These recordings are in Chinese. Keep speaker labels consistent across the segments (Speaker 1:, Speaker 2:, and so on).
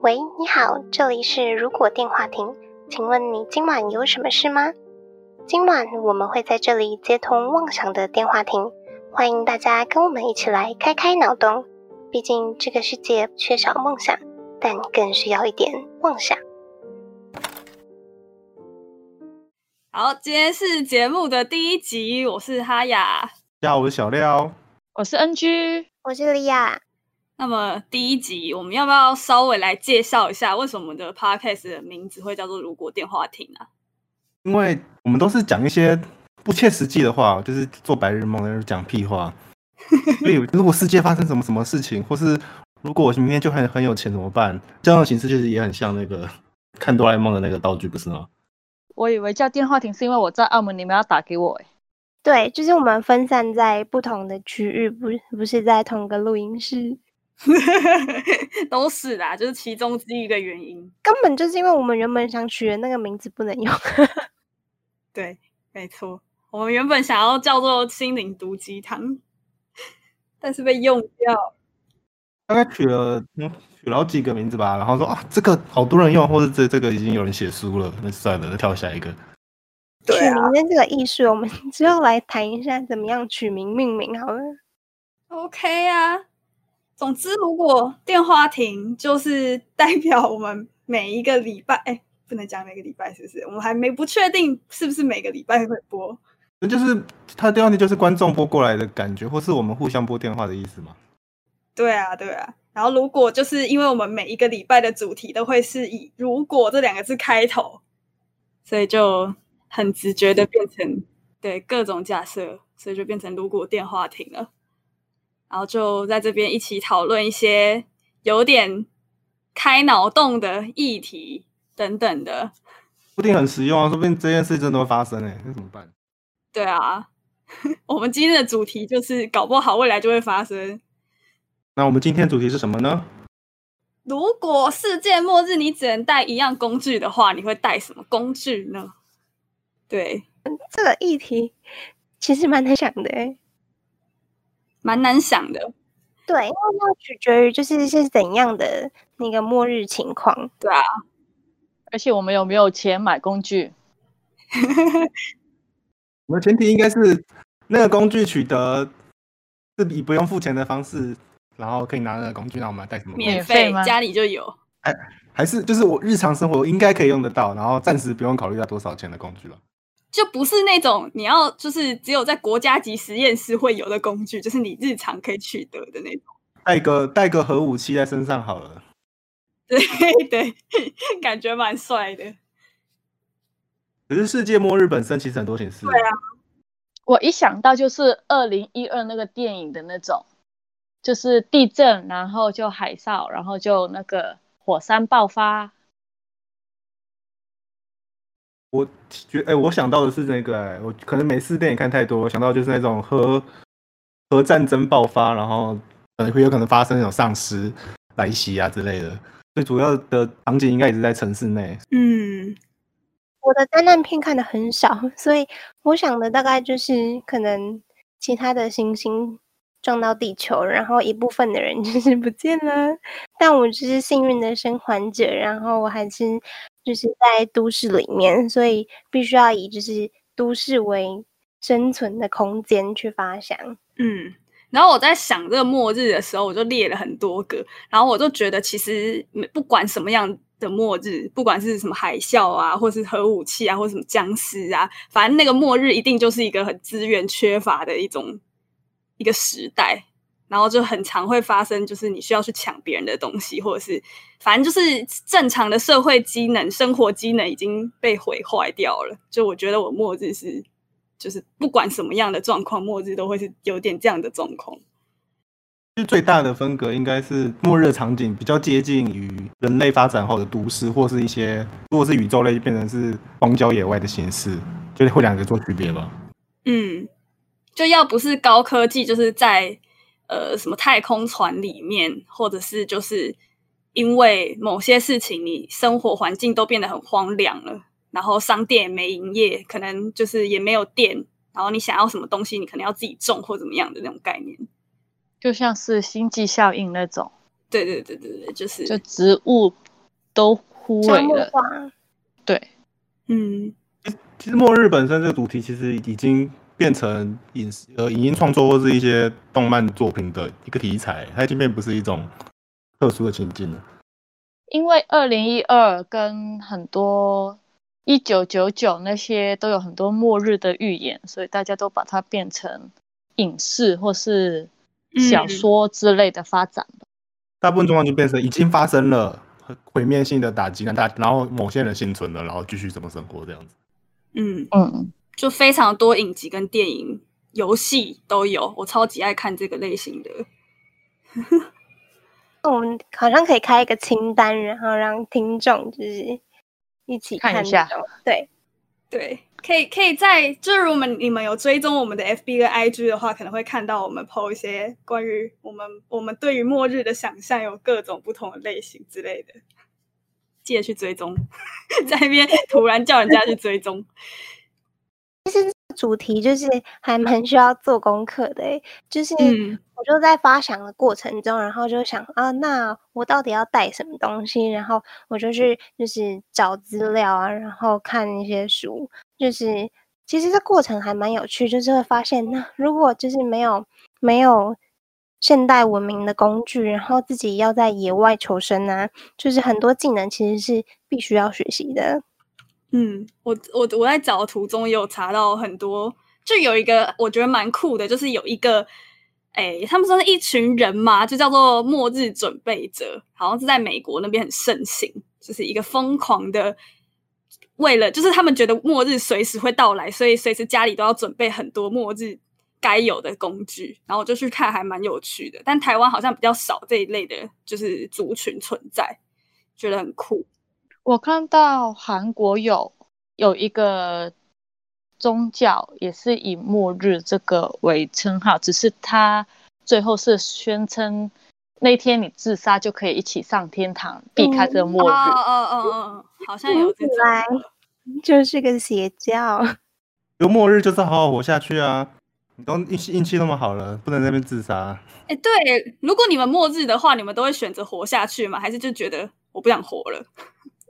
Speaker 1: 喂，你好，这里是如果电话亭，请问你今晚有什么事吗？今晚我们会在这里接通妄想的电话亭，欢迎大家跟我们一起来开开脑洞。毕竟这个世界缺少梦想，但更需要一点妄想。
Speaker 2: 好，今天是节目的第一集，我是哈雅。
Speaker 3: 大家好，我是小廖。
Speaker 4: 我是 NG，
Speaker 1: 我是莉亚，
Speaker 2: 那么第一集，我们要不要稍微来介绍一下为什么我们的 podcast 的名字会叫做“如果电话亭” 啊？
Speaker 3: 因为我们都是讲一些不切实际的话，就是做白日梦，然后讲屁话。所以，如果世界发生什么什么事情，或是如果我明天就很很有钱怎么办？这样的形式其实也很像那个看哆啦 A 梦的那个道具，不是吗？
Speaker 4: 我以为叫电话亭是因为我在澳门，你们要打给我哎。
Speaker 5: 对，就是我们分散在不同的区域，不是不是在同个录音室，
Speaker 2: 都是啦，就是其中之一个原因。
Speaker 5: 根本就是因为我们原本想取的那个名字不能用。
Speaker 2: 对，没错，我们原本想要叫做“心灵毒鸡汤”，但是被用掉。
Speaker 3: 大概取了嗯取了好几个名字吧，然后说啊这个好多人用，或者这这个已经有人写书了，那算了，再跳下一个。
Speaker 5: 取
Speaker 2: 啊
Speaker 5: 名的这个艺术，我们 之后来谈一下怎么样取名命名好了。
Speaker 2: OK 啊，总之，如果电话亭就是代表我们每一个礼拜，哎，不能讲每个礼拜，是不是？我们还没不确定是不是每个礼拜会播。
Speaker 3: 那就是他的电话亭，就是观众拨过来的感觉，或是我们互相拨电话的意思嘛。
Speaker 2: 对啊，对啊。然后如果就是因为我们每一个礼拜的主题都会是以“如果”这两个字开头，所以就很直觉的变成对各种假设，所以就变成“如果电话亭”了。然后就在这边一起讨论一些有点开脑洞的议题等等的。
Speaker 3: 不一定很实用啊，说不定这件事真的会发生哎、那怎么办？
Speaker 2: 对啊， 我们今天的主题就是搞不好未来就会发生。
Speaker 3: 那我们今天的主题是什么呢？
Speaker 2: 如果世界末日你只能带一样工具的话，你会带什么工具呢？对，
Speaker 5: 这个议题其实蛮难想的欸，
Speaker 2: 蛮难想的。
Speaker 5: 对，因为要取决于就是是怎样的那个末日情况。
Speaker 4: 而且我们有没有钱买工具？
Speaker 3: 我们的前提应该是那个工具取得是以不用付钱的方式，然后可以拿那个工具，那我们要带什么工具？
Speaker 2: 免
Speaker 4: 免
Speaker 2: 费
Speaker 4: 费吗
Speaker 2: 家里就有。
Speaker 3: 还是就是我日常生活应该可以用得到，然后暂时不用考虑到多少钱的工具了。
Speaker 2: 就不是那种你要就是只有在国家级实验室会有的工具，就是你日常可以取得的那种。
Speaker 3: 带个带个核武器在身上好了。
Speaker 2: 对对，感觉蛮帅的。
Speaker 3: 可是世界末日本身其实很多形式，对啊，
Speaker 4: 我一想到就是二零一二那个电影的那种，就是地震，然后就海啸，然后就那个火山爆发。
Speaker 3: 我觉哎、我想到的是那个、哎我可能美式电影看太多，我想到就是那种核核战争爆发，然后呃会有可能发生那种丧尸来袭啊之类的。最主要的场景应该也是在城市内，
Speaker 2: 嗯，
Speaker 5: 我的灾难片看的很少，所以我想的大概就是可能其他的行星撞到地球，然后一部分的人 就是不见了，但我就是幸运的生还者，然后我还是就是在都市里面，所以必须要以就是都市为生存的空间去发想。
Speaker 2: 嗯，然后我在想这个末日的时候，我就列了很多个，然后我就觉得其实嗯不管什么样的末日，不管是什么海啸啊，或是核武器啊，或什么僵尸啊，反正那个末日一定就是一个很资源缺乏的一种一个时代。然后就很常会发生，就是你需要去抢别人的东西，或者是反正就是正常的社会机能、生活机能已经被毁坏掉了。就我觉得我末日是，就是不管什么样的状况，末日都会是有点这样的状况。
Speaker 3: 就最大的分隔应该是末日的场景比较接近于人类发展后的都市，或是一些如果是宇宙类，就变成是荒郊野外的形式，就是会两个做区别吧。
Speaker 2: 嗯，就要不是高科技，就是在呃什么太空船里面，或者是就是因为某些事情，你生活环境都变得很荒凉了，然后商店也没营业，可能就是也没有电，然后你想要什么东西，你可能要自己种或怎么样的那种概念。
Speaker 4: 就像是星际效应那种，
Speaker 2: 对对对对对，就是
Speaker 4: 就植物都枯
Speaker 5: 沙
Speaker 4: 萎
Speaker 5: 漠
Speaker 4: 了。
Speaker 5: 化，
Speaker 4: 对，
Speaker 2: 嗯，
Speaker 3: 其实末日本身这个主题其实已经变成影视呃影音创作或是一些动漫作品的一个题材，它已经变不是一种特殊的情境了。
Speaker 4: 因为二零一二跟很多一九九九那些都有很多末日的预言，所以大家都把它变成影视或是小
Speaker 2: 嗯
Speaker 4: 说之类的发展。
Speaker 3: 大部分状况就变成已经发生了毁灭性的打击，那大然后某些人幸存了，然后继续怎么生活这样子。
Speaker 2: 嗯，
Speaker 4: 嗯，
Speaker 2: 就非常多影集跟电影、游戏都有，我超级爱看这个类型的。
Speaker 5: 那我们好像可以开一个清单，然后让听众就是一起
Speaker 4: 看一
Speaker 5: 这
Speaker 4: 下
Speaker 5: 种。对，
Speaker 2: 对，可以可以在，就是如果我们你们有追踪我们的 FB 跟 IG 的话，可能会看到我们 PO 一些关于我们我们对于末日的想象，有各种不同的类型之类的。记得去追踪， 在那边突然叫人家去追踪，
Speaker 5: 主题就是还蛮需要做功课的欸，就是
Speaker 2: 嗯
Speaker 5: 我就在发想的过程中，然后就想啊，那我到底要带什么东西？然后我就去就是找资料啊，然后看一些书，就是其实这过程还蛮有趣，就是会发现，那如果就是没有没有现代文明的工具，然后自己要在野外求生啊，就是很多技能其实是必须要学习的。
Speaker 2: 嗯，我我我在找的途中也有查到很多，就有一个我觉得蛮酷的，就是有一个，哎，他们说是一群人嘛，就叫做末日准备者，好像是在美国那边很盛行，就是一个疯狂的，为了就是他们觉得末日随时会到来，所以随时家里都要准备很多末日该有的工具，然后我就去看，还蛮有趣的。但台湾好像比较少这一类的，就是族群存在，觉得很酷。
Speaker 4: 我看到韩国有有一个宗教，也是以末日这个为称号，只是他最后是宣称那天你自杀就可以一起上天堂，避开这个末
Speaker 2: 哦
Speaker 4: 日。
Speaker 2: 哦哦哦，哦好像有这种。
Speaker 5: 来就是个邪教，
Speaker 3: 有末日就是好好活下去啊！你都运气运气那么好了，不能在那边自杀。
Speaker 2: 哎、对，如果你们末日的话，你们都会选择活下去吗？还是就觉得我不想活了？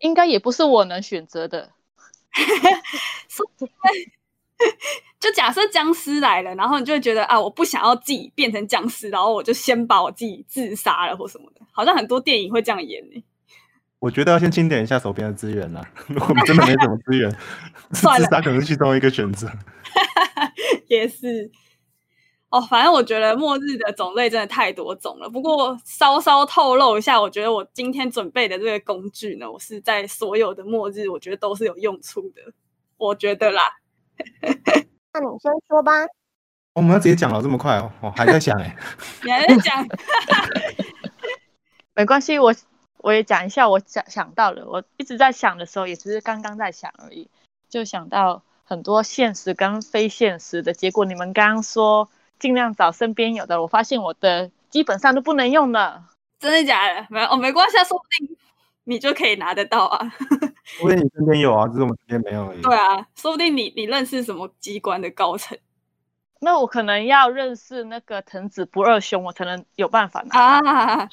Speaker 4: 应该也不是我能选择的。
Speaker 2: 就假设僵尸来了，然后你就会觉得啊，我不想要自己变成僵尸，然后我就先把我自己自杀了或什么的。好像很多电影会这样演呢、
Speaker 3: 我觉得要先清点一下手边的资源啦。如 果我们真的没什么资源， 自
Speaker 2: 算了
Speaker 3: 杀可能是其中一个选择。哦
Speaker 2: 也是。哦，反正我觉得末日的种类真的太多种了。不过稍稍透露一下，我觉得我今天准备的这个工具呢，我是在所有的末日，我觉得都是有用处的。我觉得啦，
Speaker 5: 那你先说吧。
Speaker 3: 我们要直接讲了这么快哦，我还在想哎、
Speaker 2: 你还在讲
Speaker 4: 没关系，我我也讲一下，我想想到了，我一直在想的时候，也只是刚刚在想而已，就想到很多现实跟非现实的结果。你们刚刚说尽量找身边有的，我发现我的基本上都不能用了。
Speaker 2: 真的假的？没有哦，没关系啊，说不定你就可以拿得到啊。
Speaker 3: 因为你身边有啊，只是我们身边没有而已。
Speaker 2: 对啊，说不定你你认识什么机关的高层
Speaker 4: 那我可能要认识那个藤子不二雄，我才能有办法拿。
Speaker 2: 啊，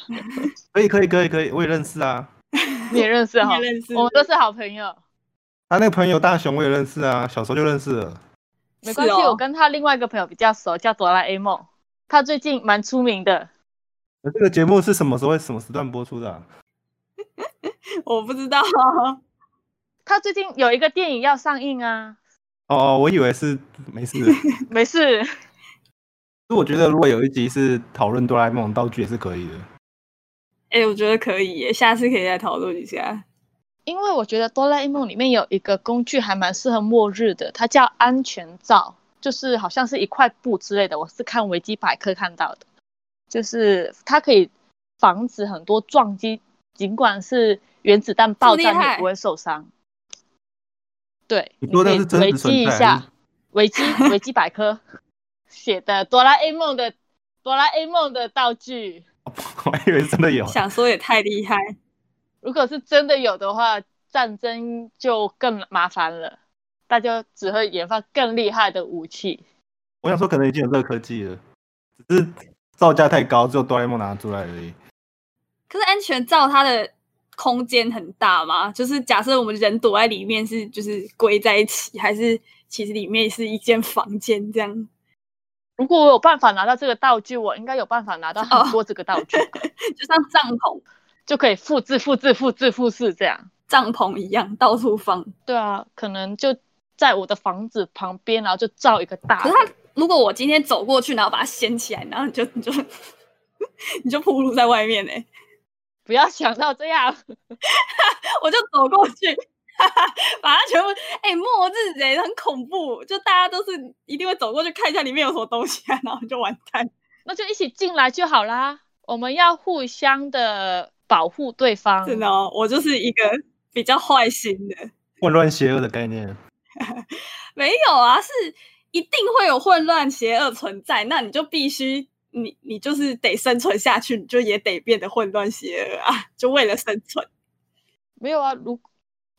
Speaker 3: 可以可以可以可以，我也认识啊。
Speaker 4: 你也认识哈
Speaker 2: 你也认识，哦
Speaker 4: 我们都是好朋友。
Speaker 3: 他那个朋友大雄我也认识啊，小时候就认识了。
Speaker 4: 没
Speaker 2: 是
Speaker 4: 关系，
Speaker 2: 哦
Speaker 4: 我跟他另外一个朋友比较熟，叫哆啦 A 梦，他最近蛮出名的。
Speaker 3: 那这个节目是什么时候、什么时段播出的啊、
Speaker 2: 我不知道啊。
Speaker 4: 他最近有一个电影要上映啊，
Speaker 3: 哦哦，我以为是没事。所
Speaker 4: 没事。
Speaker 3: 以我觉得如果有一集是讨论哆啦 A 梦道具也是可以的。
Speaker 2: 哎、我觉得可以耶，下次可以再讨论一下。
Speaker 4: 因为我觉得哆啦 A 梦里面有一个工具还蛮适合末日的，它叫安全罩，就是好像是一块布之类的，我是看维基百科看到的，就是它可以防止很多撞击，尽管是原子弹爆
Speaker 2: 这么厉
Speaker 4: 炸
Speaker 2: 害
Speaker 4: 你不会受伤。对，
Speaker 3: 你说
Speaker 4: 可
Speaker 3: 的
Speaker 4: 以
Speaker 3: 是真
Speaker 4: 维
Speaker 3: 实存
Speaker 4: 基一
Speaker 3: 在
Speaker 4: 下，维基维基百科 写的哆啦 A 梦的哆啦 A 梦的道具，
Speaker 3: 我还以为真的有。
Speaker 2: 想说也太厉害，
Speaker 4: 如果是真的有的话，战争就更麻烦了，大家只会研发更厉害的武器。
Speaker 3: 我想说，可能已经有这个科技了，只是造价太高，只有哆啦 A 梦拿得出来而已。
Speaker 2: 可是安全罩它的空间很大嘛，就是假设我们人躲在里面是就是归在一起，还是其实里面是一间房间这样？
Speaker 4: 如果我有办法拿到这个道具，我应该有办法拿到很多这个道具吧，
Speaker 2: 就像帐篷
Speaker 4: 就可以复制、复制、复制、复制这样。
Speaker 2: 帐篷一样到处放。
Speaker 4: 对啊，可能就在我的房子旁边，然后就造一个大
Speaker 2: 可是
Speaker 4: 的。
Speaker 2: 它如果我今天走过去，然后把它掀起来，然后你就你就 你就暴露在外面欸呢、
Speaker 4: 不要想到这样，
Speaker 2: 我就走过去，把它全部哎、末日人很恐怖，就大家都是一定会走过去看一下里面有什么东西啊，然后就完蛋。
Speaker 4: 那就一起进来就好啦。我们要互相的保护对方。
Speaker 2: 真的哦，我就是一个比较坏心的，
Speaker 3: 混乱邪恶的概念，
Speaker 2: 没有啊，是一定会有混乱邪恶存在，那你就必须。你你就是得生存下去，你就也得变得混乱邪恶啊！就为了生存，
Speaker 4: 没有啊，如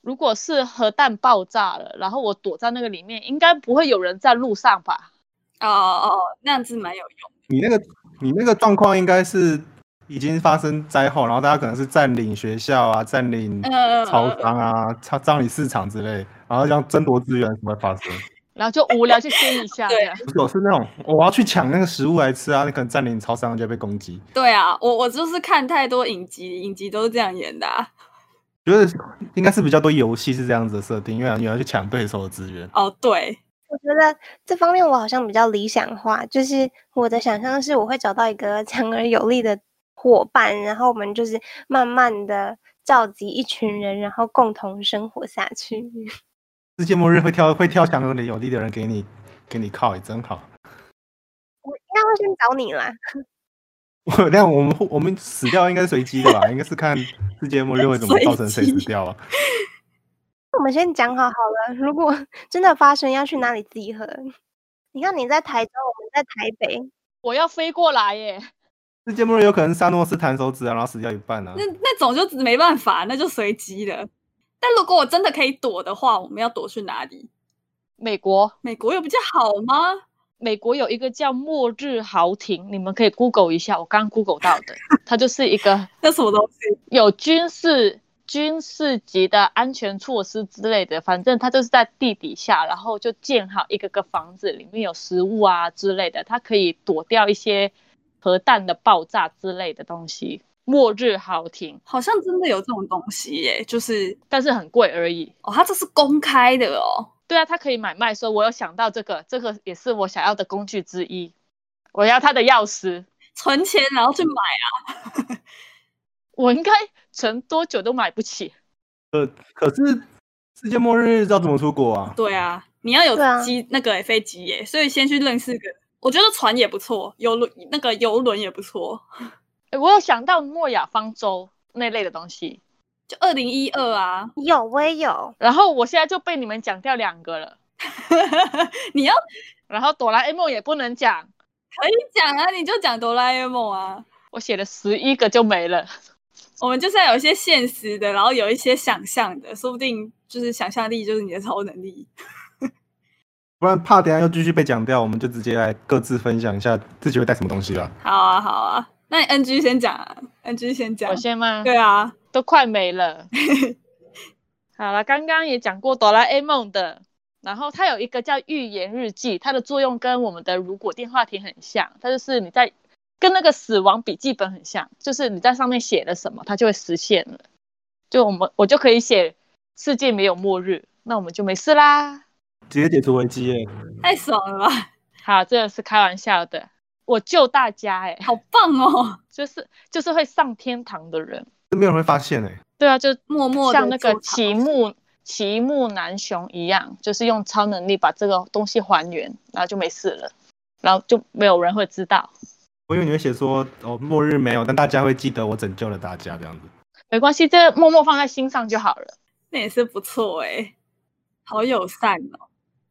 Speaker 4: 如果是核弹爆炸了，然后我躲在那个里面，应该不会有人在路上吧？
Speaker 2: 哦哦，那样子蛮有用。
Speaker 3: 你那个你那个状况应该是已经发生灾后，然后大家可能是占领学校啊，占领
Speaker 2: 呃，
Speaker 3: 超商啊，超占领市场之类，然后这样争夺资源什么发生？
Speaker 4: 然后就无聊去宣一下
Speaker 2: 对
Speaker 4: 这样。
Speaker 3: 不是，我是那种我要去抢那个食物来吃啊，你可能占领超商就被攻击。
Speaker 2: 对啊，我我就是看太多影集，影集都是这样演的、啊。
Speaker 3: 觉得应该是比较多游戏是这样子的设定，因为你要去抢对手的资源。
Speaker 2: 哦，对，
Speaker 5: 我觉得这方面我好像比较理想化，就是我的想象是我会找到一个 强而有力的伙伴，然后我们就是慢慢的召集一群人，然后共同生活下去。
Speaker 3: 世界末日会挑会挑强有力有力的人给你给你靠也真好。
Speaker 5: 那会先找你啦，
Speaker 3: 我那我们我们死掉应该是随机的吧？应该是看世界末日会怎么
Speaker 2: 随
Speaker 3: 造成谁死
Speaker 2: 机
Speaker 3: 掉啊？
Speaker 5: 我们先讲好好了，如果 真的发生要去哪里集合？你看你在台中，我们在台北，
Speaker 4: 我要飞过来耶！
Speaker 3: 世界末日有可能是沙诺斯弹手指啊，然后死掉一半啊
Speaker 2: 那。那种就没办法，那就随机了。但如果我真的可以躲的话，我们要躲去哪里？
Speaker 4: 美国，
Speaker 2: 美国有比较好吗？
Speaker 4: 美国有一个叫末日豪庭，你们可以 Google 一下，我刚 Google 到的，它就是一个
Speaker 2: 那什么东西？
Speaker 4: 有军事军事级的安全措施之类的，反正它就是在地底下，然后就建好一个个房子，里面有食物啊之类的，它可以躲掉一些核弹的爆炸之类的东西。末日豪庭，
Speaker 2: 好像真的有这种东西耶，就是
Speaker 4: 但是很贵而已。
Speaker 2: 哦，它这是公开的哦。
Speaker 4: 对啊，它可以买卖，所以我有想到这个，这个也是我想要的工具之一。我要它的钥匙，
Speaker 2: 存钱然后去买啊，
Speaker 4: 我应该存多久都买不起。
Speaker 3: 可可是世界末日要怎么出国啊？
Speaker 2: 对啊，你要有
Speaker 5: 对啊
Speaker 2: 机、那个耶飞机耶，所以先去认识个。我觉得船也不错，游轮那个游轮也不错，
Speaker 4: 诶我有想到诺亚方舟那类的东西，
Speaker 2: 就二零一二啊，
Speaker 5: 有我也有，
Speaker 4: 然后我现在就被你们讲掉两个了，
Speaker 2: 你要
Speaker 4: 然后哆啦 A 梦也不能讲，
Speaker 2: 可以讲啊，你就讲哆啦 A 梦啊。
Speaker 4: 我写了十一个就没了。
Speaker 2: 我们就是要有一些现实的，然后有一些想象的，说不定就是想象力就是你的超能力。
Speaker 3: 不然怕等一下又继续被讲掉，我们就直接来各自分享一下自己会带什么东西吧。
Speaker 2: 好啊，好啊，那你 NG 先讲啊，NG 先讲
Speaker 4: 我。先吗？
Speaker 2: 对啊，
Speaker 4: 都快 没了。好了，刚刚也讲过哆啦 A 梦的，然后它有一个叫预言日记，它的作用跟我们的如果电话亭很像，它就是你在跟那个死亡笔记本很像，就是你在上面写了什么，它就会实现了。就我们我就可以写世界没有末日，那我们就没事啦。
Speaker 3: 直接解除危机耶！
Speaker 2: 太爽了吧，
Speaker 4: 好，这个是开玩笑的，我救大家哎、
Speaker 2: 好棒哦！
Speaker 4: 就是就是会上天堂的人。
Speaker 3: 这没有人会发现哎。
Speaker 4: 对啊，就
Speaker 2: 默默地
Speaker 4: 像那个
Speaker 2: 做陶
Speaker 4: 齐木齐木楠雄一样，就是用超能力把这个东西还原，然后就没事了，然后就没有人会知道。
Speaker 3: 我以为你会写说哦，末日没有，但大家会记得我拯救了大家这样子。
Speaker 4: 没关系，这默默放在心上就好了。
Speaker 2: 那也是不错哎、好友善哦。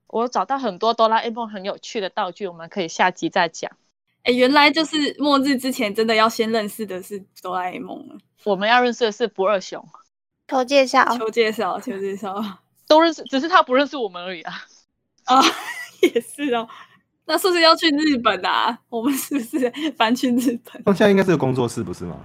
Speaker 4: 我找到很多哆啦 A 梦很有趣的道具，我们可以下集再讲。
Speaker 2: 哎，原来就是末日之前真的要先认识的是哆啦 A 梦啊了。
Speaker 4: 我们要认识的是不二雄，
Speaker 5: 求介绍，
Speaker 2: 求介绍，求介绍。
Speaker 4: 都认识，只是他不认识我们而已啊。
Speaker 2: 啊，也是哦。那是不是要去日本啊？我们是不是 搬去日 本？
Speaker 3: 那现在应该是个工作室不是吗？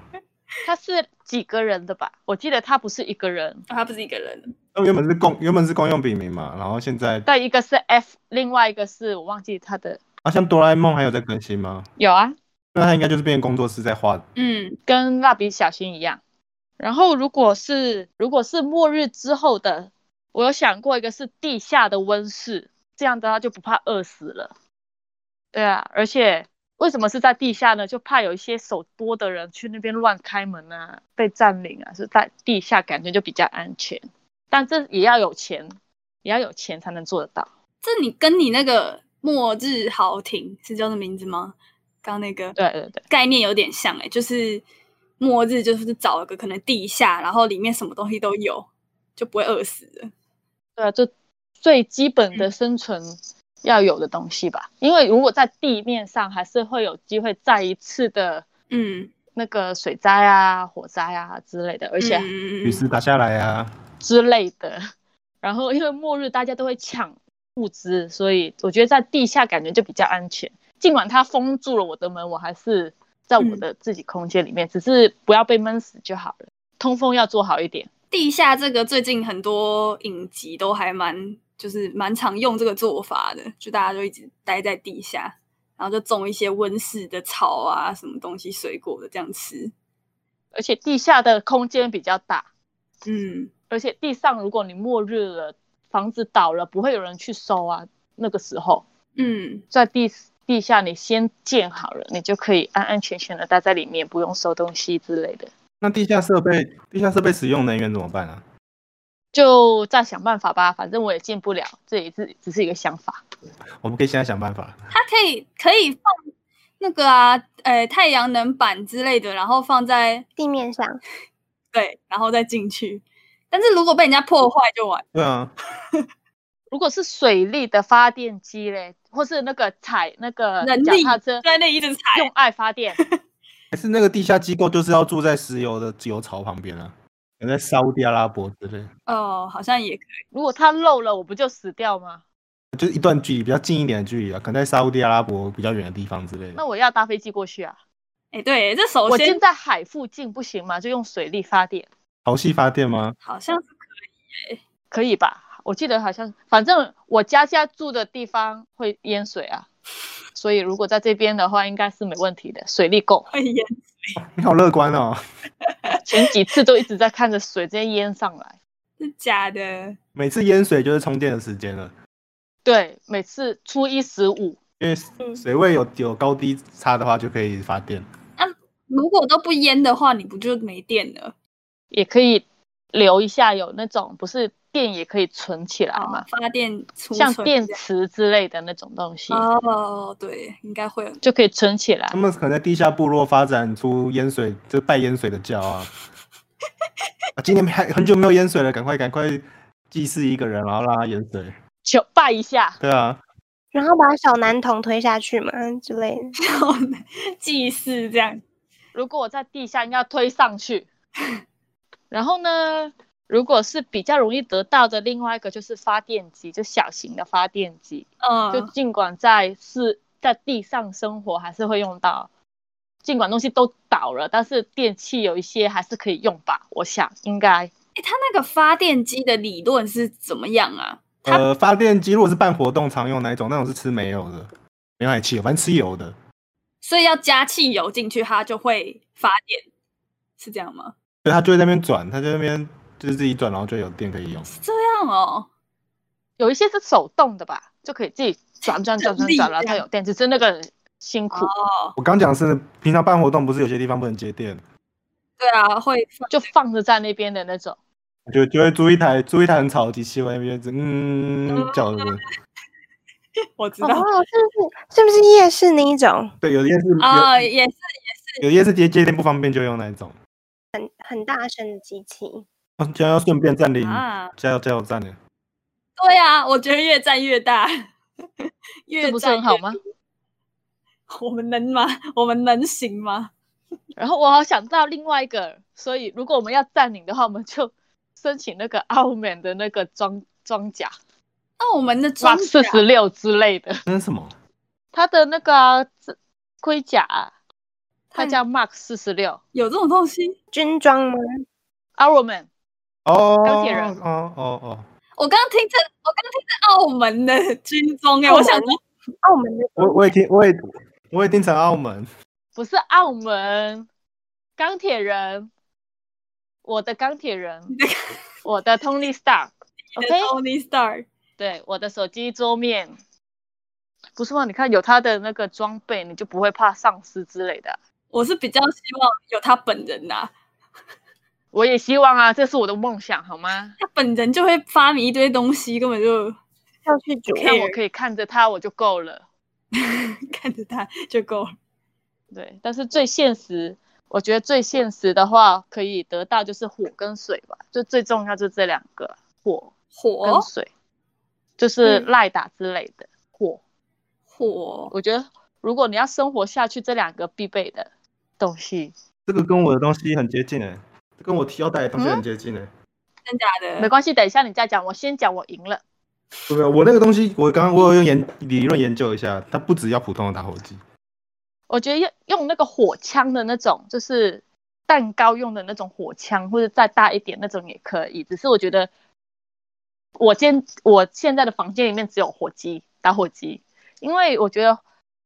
Speaker 4: 他是几个人的吧？我记得他不是一个人，
Speaker 2: 哦他不是一个人，
Speaker 3: 那原本是公原本是公用笔名嘛，然后现在
Speaker 4: 但一个是 F，另外一个是我忘记他的
Speaker 3: 啊，像哆啦 A 梦还有在更新吗？
Speaker 4: 有啊，
Speaker 3: 那他应该就是变成工作室在画
Speaker 2: 嗯，
Speaker 4: 跟蜡笔小新一样。然后如果是如果是末日之后的，我有想过一个是地下的温室，这样的话就不怕饿死了。对啊，而且为什么是在地下呢？就怕有一些手多的人去那边乱开门啊，被占领啊，是在地下感觉就比较安全，但这也要有钱，也要有钱才能做得到。
Speaker 2: 这你跟你那个末日豪庭是叫这名字吗？刚刚那个
Speaker 4: 对对对，
Speaker 2: 概念有点像哎、就是末日就是找一个可能地下，然后里面什么东西都有，就不会饿死的。
Speaker 4: 对啊，就最基本的生存要有的东西吧。因为如果在地面上，还是会有机会再一次的
Speaker 2: 嗯，
Speaker 4: 那个水灾啊、火灾啊之类的，而且
Speaker 2: 嗯
Speaker 3: 陨石打下来啊，
Speaker 4: 之类的。然后因为末日大家都会抢物资，所以我觉得在地下感觉就比较安全。尽管它封住了我的门，我还是在我的自己空间里面，只是不要被闷死就好了。通风要做好一点。
Speaker 2: 地下这个最近很多影集都还蛮就是蛮常用这个做法的，就大家就一直待在地下，然后就种一些温室的草啊，什么东西水果的这样吃。
Speaker 4: 而且地下的空间比较大，
Speaker 2: 嗯，
Speaker 4: 而且地上如果你末日了，房子倒了，不会有人去收啊。那个时候
Speaker 2: 嗯，
Speaker 4: 在地地下你先建好了，你就可以安安全全的待在里面，不用收东西之类的。
Speaker 3: 那地下设备地下设备使用能源怎么办啊？
Speaker 4: 就再想办法吧，反正我也进不了，这也是只是一个想法。
Speaker 3: 我们可以现在想办法。
Speaker 2: 它可以可以放那个啊，呃，太阳能板之类的，然后放在
Speaker 5: 地面上
Speaker 2: 对，然后再进去。但是如果被人家破坏就完，
Speaker 3: 对啊，
Speaker 4: 如果是水力的发电机嘞，或是那个踩那个
Speaker 2: 人
Speaker 4: 脚
Speaker 2: 力
Speaker 4: 踏车
Speaker 2: 就在那里一直踩
Speaker 4: 用爱 发电，
Speaker 3: 还是那个地下机构就是要住在石油的石油槽旁边啊，可能在沙烏地阿拉伯之类，
Speaker 2: 哦，好像也可以
Speaker 4: 如果它漏了，我不就死掉吗？
Speaker 3: 就是一段距离比较近一点的距离啊，可能在沙烏地阿拉伯比较远的地方之类
Speaker 4: 那
Speaker 3: 的。
Speaker 4: 我要搭飞机过去啊！
Speaker 2: 哎，对，这首
Speaker 4: 我
Speaker 2: 先
Speaker 4: 建在海附近不行吗？就用水力发电
Speaker 3: 潮汐发电吗？
Speaker 2: 好像是
Speaker 4: 可以吧？我记得好像，反正我家家住的地方会淹水啊，所以如果在这边的话，应该是没问题的，水力够。
Speaker 2: 会淹
Speaker 3: 你好乐观哦，
Speaker 4: 前几次都一直在看着水直接淹上来。
Speaker 2: 是假的，
Speaker 3: 每次淹水就是充电的时间了，
Speaker 4: 对，每次初一十五，
Speaker 3: 因为水位有有高低差的话就可以发电。
Speaker 2: 如果都不淹的话，你不就没电了？
Speaker 4: 也可以留一下，有那种不是电也可以存起来嘛，
Speaker 2: 发电哦储
Speaker 4: 像
Speaker 2: 存
Speaker 4: 电
Speaker 2: 这样
Speaker 4: 池之类的那种东西，
Speaker 2: 哦，对，应该会有
Speaker 4: 就可以存起来
Speaker 3: 他。们可能在地下部落发展出淹水，就拜淹水的教啊。啊今年没还很久没有淹水了，赶快赶快祭祀一个人，然后让他淹水。
Speaker 4: 求拜一下，
Speaker 3: 对啊，
Speaker 5: 然后把小男童推下去嘛嗯之类的。
Speaker 2: 祭祀这样。
Speaker 4: 如果我在地下，应该要推上去。然后呢，如果是比较容易得到的，另外一个就是发电机，就小型的发电机，
Speaker 2: 嗯，
Speaker 4: 就尽管在是在地上生活，还是会用到。尽管东西都倒了，但是电器有一些还是可以用吧，我想应该。
Speaker 2: 诶它那个发电机的理论是怎么样啊？它
Speaker 3: 呃，发电机如果是办活动常用哪一种，那种是吃煤油的，没有海汽油，反正吃油的。
Speaker 2: 所以要加汽油进去，它就会发电，是这样吗？
Speaker 3: 对，它就会在那边转，它就在那边就是自己转，然后就有电可以用。
Speaker 2: 是这样哦，
Speaker 4: 有一些是手动的吧，就可以自己转转转转
Speaker 2: 力哦
Speaker 4: 转，然后
Speaker 2: 这
Speaker 4: 它
Speaker 2: 样
Speaker 4: 有电，只是那个辛苦，
Speaker 3: 我刚讲的是平常办活动，不是有些地方不能接电，
Speaker 2: 对啊，会放
Speaker 4: 就放着在那边的那种。
Speaker 3: 就就会租一台租一台很吵的机器，外面就嗯叫的。
Speaker 2: 我知
Speaker 5: 哦，
Speaker 2: 道
Speaker 5: 是不是是不是夜市那一种
Speaker 3: 对，有的夜市
Speaker 4: 哦
Speaker 2: 啊、
Speaker 3: 有
Speaker 2: 也是
Speaker 3: 有的夜市接接电不方便就用那一种。
Speaker 5: 很很大声的机器？
Speaker 3: 哦将要顺便占领
Speaker 2: 啊，
Speaker 3: 加油加油站呢？
Speaker 2: 对啊，我觉得越战越大， 越
Speaker 4: 这不是
Speaker 2: 战
Speaker 4: 很好
Speaker 2: 越
Speaker 4: 吗？
Speaker 2: 我们能吗？我们能行吗？
Speaker 4: 然后我好想到另外一个，所以如果我们要占领的话，我们就申请那个 澳门的那个装装甲，
Speaker 2: 那我们的
Speaker 4: 哇，
Speaker 2: 装甲
Speaker 4: 四十六之类的，
Speaker 3: 那是什么？
Speaker 4: 他的那个啊、这盔甲啊，它
Speaker 2: 嗯
Speaker 4: 叫 Mark 四十六
Speaker 2: 有这种东西？
Speaker 5: 军装吗？
Speaker 4: Iron Man，
Speaker 3: 哦，
Speaker 4: 钢铁人
Speaker 3: 哦哦哦，
Speaker 2: 我刚刚听成，我刚刚听成澳门的 军中哎、
Speaker 5: 澳
Speaker 2: 我想
Speaker 5: 门
Speaker 2: 说
Speaker 5: 澳门的
Speaker 3: 我我也听，我也我也听成澳门，
Speaker 4: 不是澳门钢铁人，我的钢铁人， 我的 Tony Stark，OK，、
Speaker 2: Tony Star，
Speaker 4: 对，我的手机桌面，不是吗？你看有他的那个装备，你就不会怕丧尸之类的。
Speaker 2: 我是比较希望有他本人呐、
Speaker 4: 我也希望啊，这是我的梦想，好吗？
Speaker 2: 他本人就会发明一堆东西，根本就
Speaker 5: 跳去主，
Speaker 4: 让我
Speaker 2: care
Speaker 4: 可以看着他，我就够了。
Speaker 2: 看着他就够了。
Speaker 4: 对，但是最现实，我觉得最现实的话，可以得到就是火跟水吧，就最重要就这两个，火
Speaker 2: 火
Speaker 4: 跟水，就是
Speaker 5: 嗯
Speaker 4: 赖打之类的火。
Speaker 2: 火，
Speaker 4: 我觉得如果你要生活下去，这两个必备的东西，
Speaker 3: 这个跟我的东西很接近哎，跟我提要带的东西很接近哎。
Speaker 2: 真假的？
Speaker 4: 没关系，等一下你再讲，我先讲，我赢了。
Speaker 3: 不没有，我那个东西，我刚刚我有用研理论研究一下，它不只要普通的打火机，
Speaker 4: 我觉得用用那个火枪的那种，就是蛋糕用的那种火枪，或者再大一点那种也可以。只是我觉得我现我现在的房间里面只有火机打火机，因为我觉得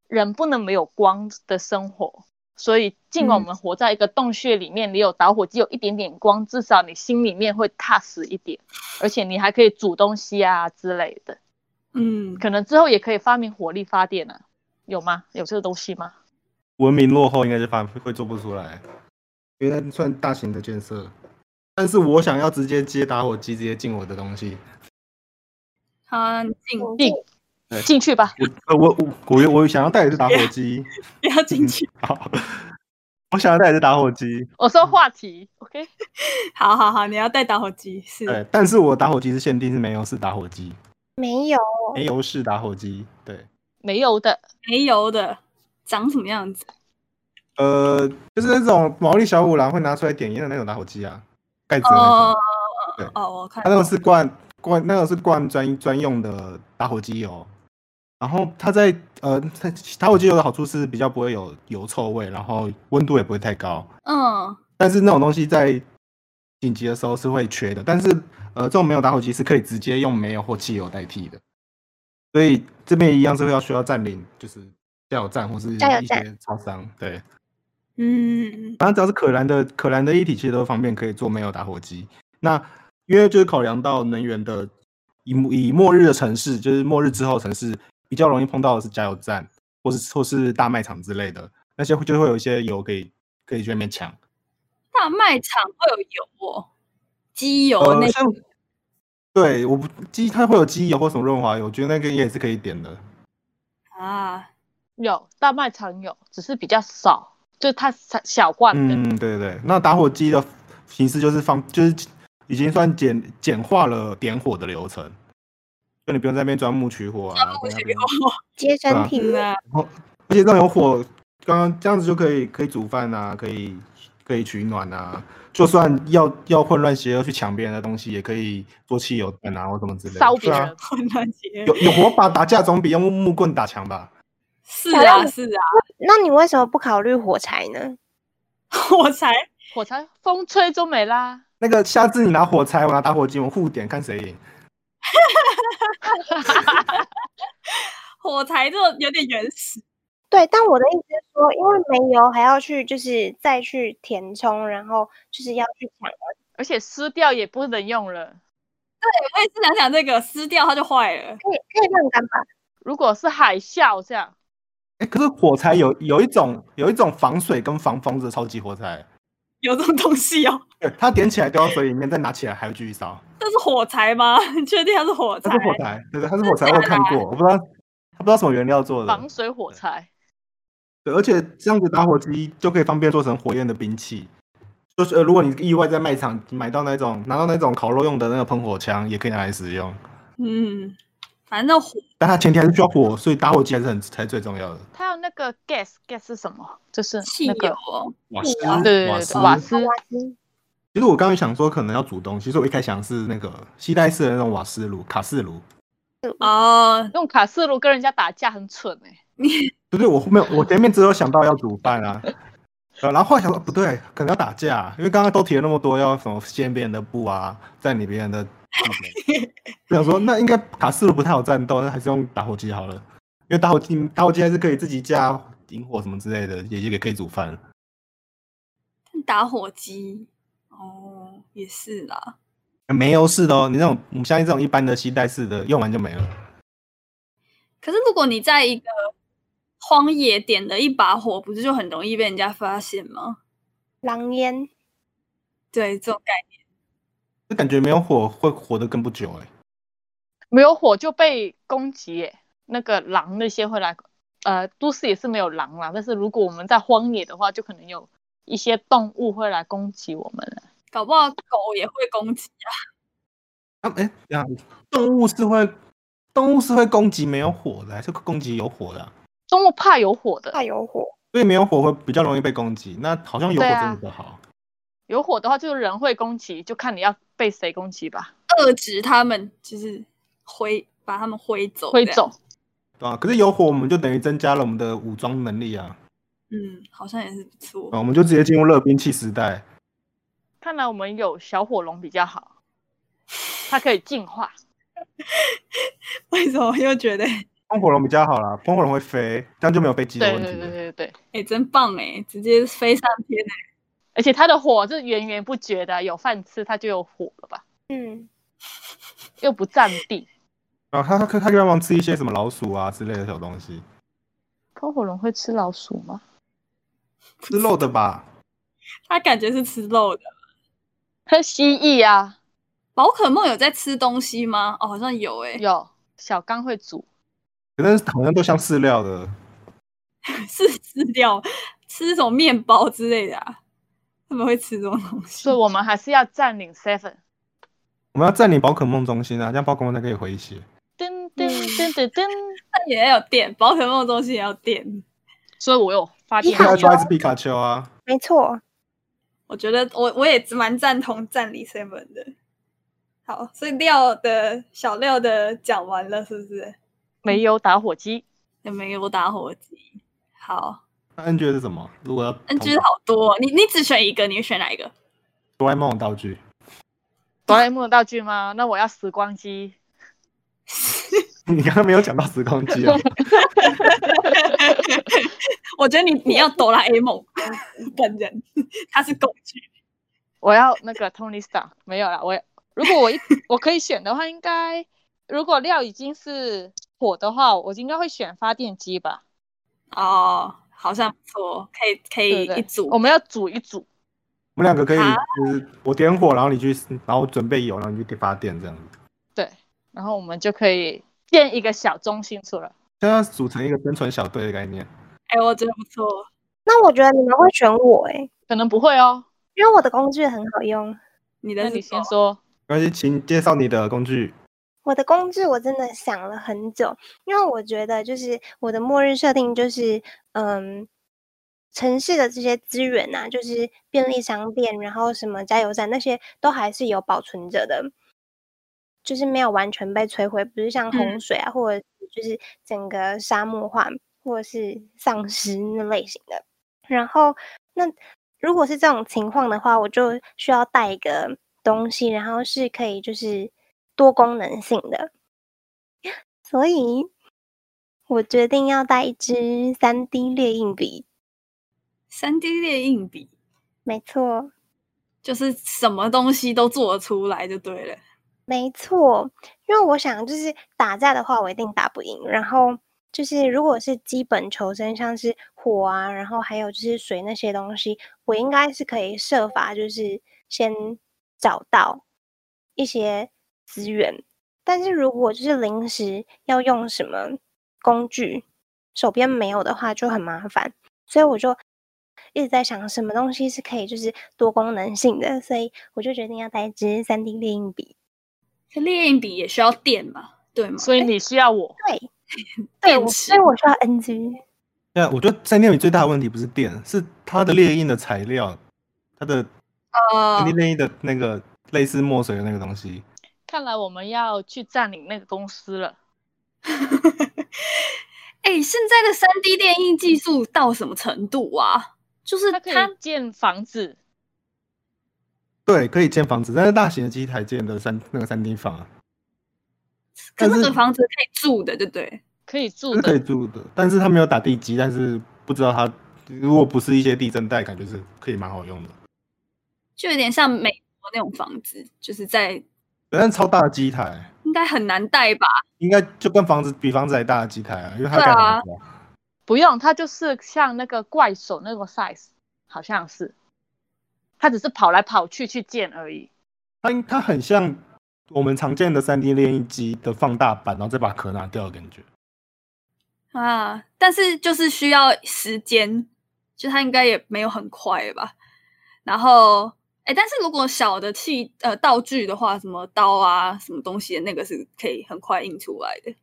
Speaker 4: 人不能没有光的生活。所以，尽管我们活在一个洞穴里面，你有打火机，有一点点光，至少你心里面会踏实一点，而且你还可以煮东西啊之类的。
Speaker 2: 嗯，
Speaker 4: 可能之后也可以发明火力发电啊，有吗？有这个东西吗？
Speaker 3: 文明落后应该就发会做不出来，因为它算大型的建设。但是我想要直接接打火机，直接进我的东西。
Speaker 2: 他进
Speaker 5: 嗯
Speaker 4: 定进去吧。
Speaker 3: 我呃我我我我想要带的是打火机，
Speaker 2: 不要进去。
Speaker 3: 好，我想要带的是打火机，
Speaker 4: 我说话题，OK，
Speaker 2: 好好好，你要带打火机是
Speaker 3: 对，但是我打火机是限定是煤油式打火机，
Speaker 5: 没有
Speaker 3: 煤油式打火机，对，
Speaker 4: 没有的，
Speaker 2: 煤油的，长什么样子？
Speaker 3: 呃，就是那种毛利小五郎会拿出来点烟的那种打火机啊，盖子的那种。
Speaker 2: 哦
Speaker 3: 对
Speaker 2: 哦，我看
Speaker 3: 它那个是灌灌，那个是灌专专用的打火机油。然后它在呃，它打火机油的好处是比较不会有油臭味，然后温度也不会太高。
Speaker 2: 嗯，
Speaker 3: 但是那种东西在紧急的时候是会缺的。但是呃，这种没有打火机是可以直接用煤油或汽油代替的。所以这边一样是会要需要占领，就是加油站或是一
Speaker 5: 加油站
Speaker 3: 些超商。对，
Speaker 2: 嗯，
Speaker 3: 反正只要是可燃的可燃的液体，其实都方便可以做没有打火机。那因为就是考量到能源的以末以末日的城市，就是末日之后的城市比较容易碰到的是加油站，或是或是大卖场之类的，那些就会有一些油可以可以去那边抢。
Speaker 2: 大卖场会有油哦，机油
Speaker 3: 呃，
Speaker 2: 哦那
Speaker 3: 像对我不机它会有机油或什么润滑油，我觉得那个也是可以点的。
Speaker 2: 啊，
Speaker 4: 有大卖场有，只是比较少，就是它小小罐的。
Speaker 3: 嗯，对对对。那打火机的形式就是方，就是已经算简简化了点火的流程，就你不用在那边钻木取火啊。
Speaker 2: 不需
Speaker 3: 在那 边
Speaker 2: 要
Speaker 5: 接身体
Speaker 4: 嗯
Speaker 2: 真
Speaker 5: 力，
Speaker 2: 的
Speaker 3: 而且这种有火，刚刚这样子就可以可以煮饭啊，可以可以取暖啊。就算要要混乱邪恶去抢别人的东西，也可以做汽油弹啊或什么之类的。
Speaker 4: 烧
Speaker 3: 对
Speaker 4: 别
Speaker 3: 啊
Speaker 4: 人，
Speaker 2: 混乱些。
Speaker 3: 有有火把打架总比用木棍打强吧？
Speaker 2: 是啊是啊，
Speaker 5: 那你为什么不考虑火柴呢？
Speaker 2: 我才
Speaker 4: 火柴风吹就没啦。
Speaker 3: 那个下次你拿火柴，我拿打火机，我们互点看谁赢。
Speaker 2: 火柴就有点原始，
Speaker 5: 对，但我的意思是说，因为煤油还要去就是再去填充，然后就是要去抢。
Speaker 4: 而且撕掉也不能用了。
Speaker 2: 我也是想想这个撕掉它就坏了。
Speaker 5: 可以可以晾干吧？
Speaker 4: 如果是海啸这样，
Speaker 3: 哎、可是火柴有有一种有一种防水跟防风的超级火柴，
Speaker 2: 有这种东西哦？
Speaker 3: 对，它点起来丢到水里面，再拿起来还会继续烧。
Speaker 2: 这是火柴吗？ 你确定它是火
Speaker 3: 它
Speaker 2: 柴？
Speaker 3: 是火柴，对对，它是火柴，我有看过，我不知道它不知道什么原料做的
Speaker 4: 防。水火柴，
Speaker 3: 对，而且这样子打火机就可以方便做成火焰的兵器。就是呃，如果你意外在卖场买到那种拿到那种烤肉用的那个喷火枪，也可以拿来使用。
Speaker 2: 嗯，反正火
Speaker 3: 但它前提还是需要火，所以打火机还是很才是最重要的。
Speaker 4: 它有那个 gas gas 是什么？就是
Speaker 2: 汽
Speaker 4: 那
Speaker 2: 油
Speaker 4: 个
Speaker 2: 哦，
Speaker 3: 瓦
Speaker 5: 是
Speaker 3: 斯
Speaker 5: 啊，
Speaker 4: 对对
Speaker 3: 瓦
Speaker 4: 对
Speaker 3: 斯
Speaker 4: 对，瓦斯
Speaker 5: 好。吧嗯
Speaker 3: 其实我刚才想说可能要煮东西，所以我一开始想是那个西带式的那种瓦斯炉、卡式炉。
Speaker 2: 哦，
Speaker 4: 用卡式炉跟人家打架很蠢哎、
Speaker 3: 不对，我后面我前面只有想到要煮饭啊，呃然后后来想说不对，可能要打架、啊因为刚刚都提了那么多要什么掀别人的布啊，占领别人的地雷。我想说那应该卡斯鲁不太好战斗，那还是用打火机好了，因为打火机打火机还是可以自己架引火什么之类的，也也可以煮饭。
Speaker 2: 打火机哦，也是啦。
Speaker 3: 没有式的哦，你那种我们相信这种一般的吸带式的，用完就没了。
Speaker 2: 可是如果你在一个荒野点了一把火，不是就很容易被人家发现吗？
Speaker 5: 狼烟，
Speaker 2: 对，这种概念。
Speaker 3: 就感觉没有火会活得更不久哎、
Speaker 4: 没有火就被攻击耶，那个狼那些会来，呃，都市也是没有狼啦，但是如果我们在荒野的话，就可能有一些动物会来攻击我们了。
Speaker 2: 搞不好狗也会攻击啊！
Speaker 3: 啊，哎、这样动物是会动物是会攻击没有火的，还是攻击有火的啊、
Speaker 4: 动物怕有火的，
Speaker 5: 怕有火，
Speaker 3: 所以没有火会比较容易被攻击。那好像有火
Speaker 4: 对
Speaker 3: 真
Speaker 4: 啊
Speaker 3: 的比较好。
Speaker 4: 有火的话就是人会攻击，就看你要被谁攻击吧，
Speaker 2: 遏制他们，就是挥把他们挥走，
Speaker 4: 挥走。。
Speaker 3: 对啊，可是有火，我们就等于增加了我们的武装能力啊！
Speaker 2: 嗯，好像也是不错。
Speaker 3: 啊，我们就直接进入热兵器时代。
Speaker 4: 看来我们有小火龙比较好，它可以进 化。
Speaker 2: 为什么又觉得
Speaker 3: 风火龙比较好啦，风火龙会飞，这样就没有被击的
Speaker 4: 对
Speaker 3: 问
Speaker 4: 对
Speaker 3: 题
Speaker 4: 对
Speaker 3: 了。
Speaker 4: 对对，
Speaker 2: 哎、真棒哎、直接飞上天欸
Speaker 4: 而且它的火是源源不绝的，啊有饭吃它就有火了吧，
Speaker 5: 嗯，
Speaker 4: 又不占 地。
Speaker 3: 然后它它可以它可以帮忙吃一些什么老鼠啊之类的小东西，
Speaker 4: 喷火龙会吃老鼠吗？
Speaker 3: 吃肉的吧？
Speaker 2: 他感觉是吃肉的。
Speaker 4: 它蜥蜴啊，
Speaker 2: 宝可梦有在吃东西吗？哦，好像有 哎、
Speaker 4: 有小刚会煮，
Speaker 3: 可是好像都像饲料的，
Speaker 2: 是吃掉吃什么面包之类的啊？他们会吃这种东西
Speaker 4: 所以？我们还是要占领 Seven。
Speaker 3: 我们要占领宝可梦中心啊，这样宝可梦才可以回血。
Speaker 4: 噔
Speaker 2: 嗯
Speaker 4: 噔噔噔噔，
Speaker 2: 那也要有电，宝可梦东西也要电。
Speaker 4: 所以我有发
Speaker 5: 你
Speaker 4: 电
Speaker 3: 可以
Speaker 5: 好
Speaker 3: 来
Speaker 5: 皮
Speaker 3: 抓
Speaker 5: 卡
Speaker 3: 一只皮卡丘啊！
Speaker 5: 没错，
Speaker 2: 我觉得我我也蛮赞同赞里 seven 的。好，所以料的小料的讲完了，是不是？
Speaker 4: 煤油打火机，
Speaker 2: 有没有打火机？好
Speaker 3: 那 NG 的是什么？如果要
Speaker 2: ，NG 好多哦、你你只选一个，你会选哪一个？
Speaker 3: 哆啦 A 梦的道具，
Speaker 4: 哆啦 A 梦的道具吗？那我要时光机，
Speaker 3: 你刚刚没有讲到时光机啊？
Speaker 2: 我觉得你你要哆啦 A 梦本人， 他是工具。
Speaker 4: 我要那个 Tony Stark。没有啦，我如 果我一我可以选的话，应该如果料已经是火的话，我应该会选发电机吧。
Speaker 2: 哦，好像不错，可以可以
Speaker 4: 对不对
Speaker 2: 一组。
Speaker 4: 我们要煮一煮，
Speaker 3: 我们两个可以
Speaker 2: 啊
Speaker 3: 就是我点火，然后你去，然后准备油，然后你去给发电这样子。
Speaker 4: 对，然后我们就可以建一个小中心出来。
Speaker 3: 现在组成一个生存小队的概念，
Speaker 2: 哎、我觉得不错。
Speaker 5: 那我觉得你们会选我诶、
Speaker 4: 可能不会哦，
Speaker 5: 因为我的工具很好用，
Speaker 2: 你的
Speaker 4: 那
Speaker 2: 是啊
Speaker 4: 你
Speaker 2: 什么
Speaker 4: 先说。
Speaker 3: 没关系，请介绍你的工具。
Speaker 5: 我的工具我真的想了很久，因为我觉得就是我的末日设定就是，嗯，城市的这些资源呐、就是便利商店，然后什么加油站那些都还是有保存着的，就是没有完全被摧毁，不是像洪
Speaker 2: 嗯
Speaker 5: 水啊，或者就是整个沙漠化或者是丧尸那类型的。然后那如果是这种情况的话，我就需要带一个东西，然后是可以就是多功能性的。所以，我决定要带一支三 D 列印笔。
Speaker 2: 三 D 列印笔，
Speaker 5: 没错，
Speaker 2: 就是什么东西都做得出来就对了。
Speaker 5: 没错，因为我想就是打架的话，我一定打不赢。然后就是如果是基本求生，像是火啊，然后还有就是水那些东西，我应该是可以设法就是先找到一些资源。但是如果就是临时要用什么工具，手边没有的话就很麻烦，所以我就一直在想什么东西是可以就是多功能性的，所以我就决定要带一支三 D 猎印笔。
Speaker 2: 列印笔也需要电嘛，对吗？
Speaker 4: 所以你需要我，
Speaker 5: 对，对
Speaker 2: 电
Speaker 5: 我，
Speaker 2: 池
Speaker 5: 所以我需要 NG。
Speaker 3: 对啊，我觉得在店里最大的问题不是电，是它的猎印的材料，它的
Speaker 2: 呃
Speaker 4: 啊
Speaker 3: 三 D 猎印的那个类似墨水的那个东西。
Speaker 4: 看来我们要去占领那个公司了。
Speaker 2: 哎、现在的三 D 电印技术到什么程度啊？就是
Speaker 4: 它可
Speaker 2: 它
Speaker 4: 以建房子，
Speaker 3: 对，可以建房子，但是大型的机台建的三那个三 D 房啊，
Speaker 2: 可
Speaker 3: 但
Speaker 2: 那
Speaker 3: 是
Speaker 2: 个房子可以住的，对不对？
Speaker 4: 可以住
Speaker 3: 是可以
Speaker 4: 的，
Speaker 3: 住的，但是它没有打地基，但是不知道它如果不是一些地震带，感觉是可以蛮好用的。
Speaker 2: 就有点像美国那种房子，就是在
Speaker 3: 但是超大的机台，
Speaker 2: 应该很难带吧？
Speaker 3: 应该就跟房子比房子还大的机台啊，因为它
Speaker 2: 对
Speaker 3: 盖
Speaker 2: 啊
Speaker 3: 很高。
Speaker 4: 不用，它就是像那个怪手那个 size，好像是，它只是跑来跑去去建而已。
Speaker 3: 它应它很像我们常见的三 D 列印机的放大版，然后再把壳拿掉的感觉。
Speaker 2: 啊，但是就是需要时间，就它应该也没有很快吧。然后，哎，但是如果小的器呃道具的话，什么刀啊、什么东西的那个是可以很快印出来的。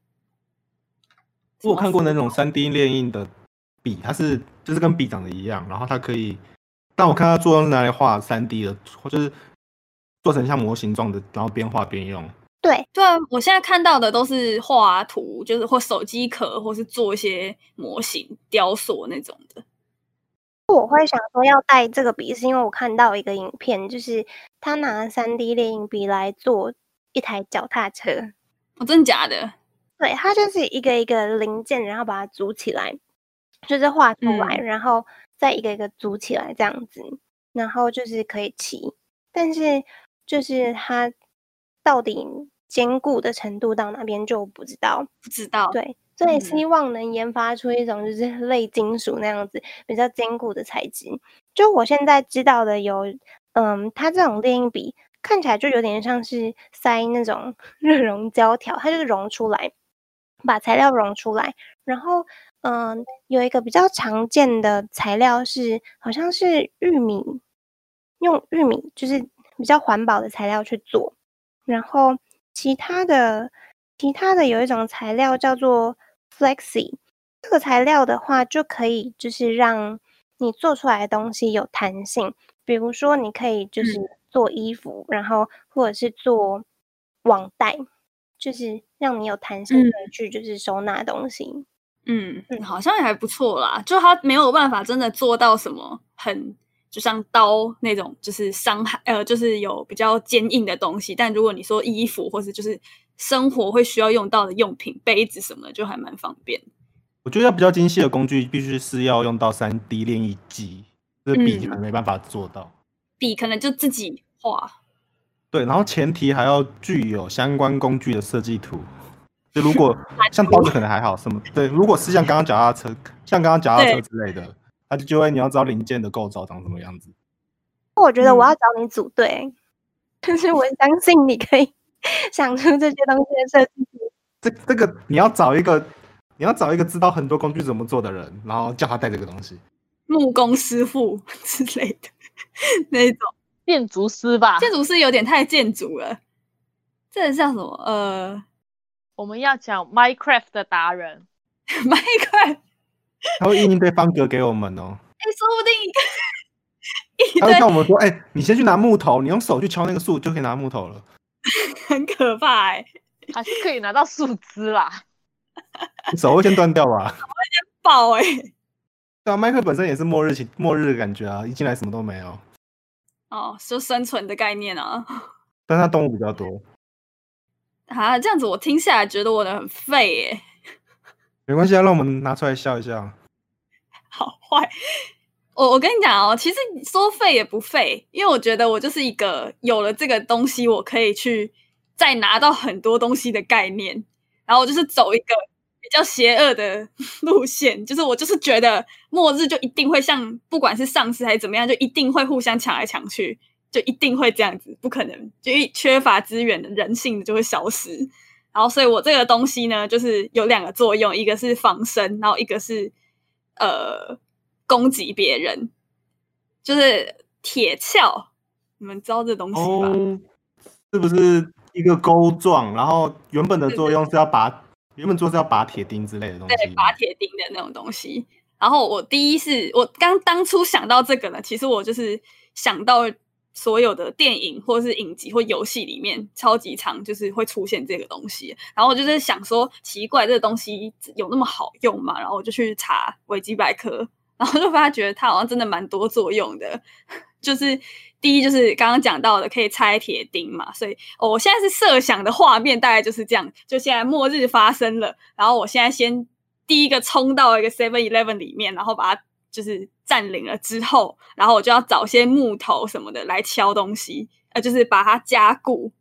Speaker 3: 我有看过
Speaker 2: 什么
Speaker 3: 那种三 D 列印的笔，它是就是跟笔长得一样，然后它可以，但我看它作用是拿来画三 D 的，就是做成像模型状的，然后边画边用。
Speaker 2: 对啊，我现在看到的都是画图，就是或手机壳，或是做一些模型、雕塑那种的。
Speaker 5: 我会想说要带这个笔，是因为我看到一个影片，就是他拿三 D 猎影笔来做一台脚踏车，
Speaker 2: 哦，真的假的？
Speaker 5: 对，它就是一个一个零件，然后把它组起来，就是画出来，
Speaker 2: 嗯
Speaker 5: 然后再一个一个组起来这样子，然后就是可以骑，但是就是它到底坚固的程度到哪边就不知道。
Speaker 2: 不知道。
Speaker 5: 对，所以
Speaker 4: 嗯
Speaker 5: 希望能研发出一种就是 类金属那样子比较坚固的材质。就我现在知道的有，嗯，它这种猎鹰笔看起来就有点像是塞那种 热熔胶条，它就是溶出来，把材料溶出来。然后，嗯，有一个比较常见的材料是好像是玉米，用玉米就是比较环保的材料去做。然后其他的其他的有一种材料叫做 flexi，这个材料的话就可以就是让你做出来的东西有弹性，比如说你可以就是做衣服，然后或者是做网袋，就是让你有弹性可以去就是收纳东西。
Speaker 2: 嗯，
Speaker 5: 嗯
Speaker 2: 好像也还不错啦。就它没有办法真的做到什么很，就像刀那种，就是伤害呃，就是有比较坚硬的东西。但如果你说衣服或是就是生活会需要用到的用品，杯子什么的，就还蛮方便。
Speaker 3: 我觉得要比较精细的工具，必须是要用到三 D 列印机，这个笔
Speaker 2: 嗯
Speaker 3: 可能没办法做到。
Speaker 2: 笔可能就自己画，
Speaker 3: 对，然后前提还要具有相关工具的设计图。就如果像刀子可能还好，什么对，如果是像刚刚脚踏车，像刚刚脚踏车
Speaker 2: 对
Speaker 3: 之类的，它就就会你要知道零件的构造长什么样子。
Speaker 5: 我觉得我
Speaker 2: 嗯
Speaker 5: 要找你组队， 就是我相信你可以想出这些东西的设计图。
Speaker 3: 这这个你要找一个，你要找一个知道很多工具怎么做的人，然后叫他带这个东西。
Speaker 2: 木工师傅 之类的那种。
Speaker 4: 建筑师吧，
Speaker 2: 建筑师有点太建筑了，这像什么？呃
Speaker 4: 我们要讲 Minecraft 的达人，
Speaker 2: ，Minecraft
Speaker 3: 他会印一堆方格给我们哦，
Speaker 2: 哎、说不定一 个一
Speaker 3: 他会
Speaker 2: 堆
Speaker 3: 叫我们说：“哎、你先去拿木头，你用手去敲那个树就可以拿木头了。
Speaker 2: 很可怕哎、
Speaker 4: 还是可以拿到树枝啦。
Speaker 3: 你手会先断掉吧？”
Speaker 2: 爆哎、
Speaker 3: 对啊，麦克本身也是末日情末日的感觉啊，一进来什么都没有，
Speaker 2: 哦，就生存的概念啊。
Speaker 3: 但它动物比较多，
Speaker 2: 啊，这样子我听下来觉得我的很废耶、
Speaker 3: 没关系啊，让我们拿出来笑一笑。
Speaker 2: 好坏。我我跟你讲哦，其实说废也不废，因为我觉得我就是一个有了这个东西，我可以去再拿到很多东西的概念，然后我就是走一个比较邪恶的 路线，就是我就是觉得末日就一定会像不管是丧尸还是怎么样，就一定会互相抢来抢去，就一定会这样子，不可能，就一缺乏资源，人性就会消失。然后所以我这个东西呢，就是有两个作用，一个是防身，然后一个是呃攻击别人，就是铁锹。你们知道这东西
Speaker 3: 哦
Speaker 2: 吧？，
Speaker 3: 是不是一个钩状？然后原本的作用是要拔，原本做是要拔铁钉之类的东
Speaker 2: 对，
Speaker 3: 西。
Speaker 2: 拔铁钉的那种东西。然后我第一是我刚当初想到这个呢，其实我就是想到所有的电影或是影集或游戏里面，超级常就是会出现这个东西。然后我就是想说，奇怪，这个东西有那么好用吗？然后我就去查维基百科，然后就发觉它好像真的蛮多作用的。就是第一，就是刚刚讲到的，可以拆铁钉嘛。所以、哦、我现在是设想的画面大概就是这样。就现在末日发生了，然后我现在先第一个冲到一个 Seven Eleven 里面，然后把它就是占领了之后，然后我就要找些木头什么的来敲东西，呃，就是把它加固，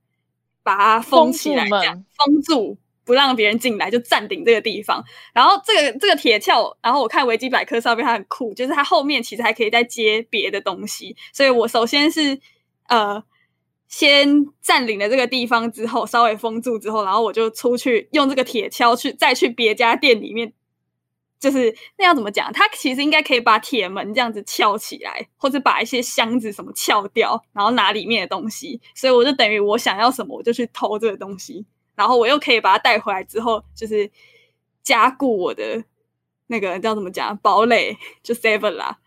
Speaker 2: 把它封起来，这
Speaker 4: 封住
Speaker 2: 样
Speaker 4: 门
Speaker 2: 封住，不让别人进来，就占领这个地方。然后这个这个铁锹，然后我看维基百科上面它很酷，就是它后面其实还可以再接别的东西。所以我首先是呃，先占领了这个地方之后，稍微封住之后，然后我就出去用这个铁锹去再去别家店里面，就是那要怎么讲？它其实应该可以把铁门这样子撬起来，或者把一些箱子什么撬掉，然后拿里面的东西。所以我就等于我想要什么，我就去偷这个东西。然后我又可以把它带回来之后，就是加固我的那个叫怎么讲堡垒，就 seven 啦，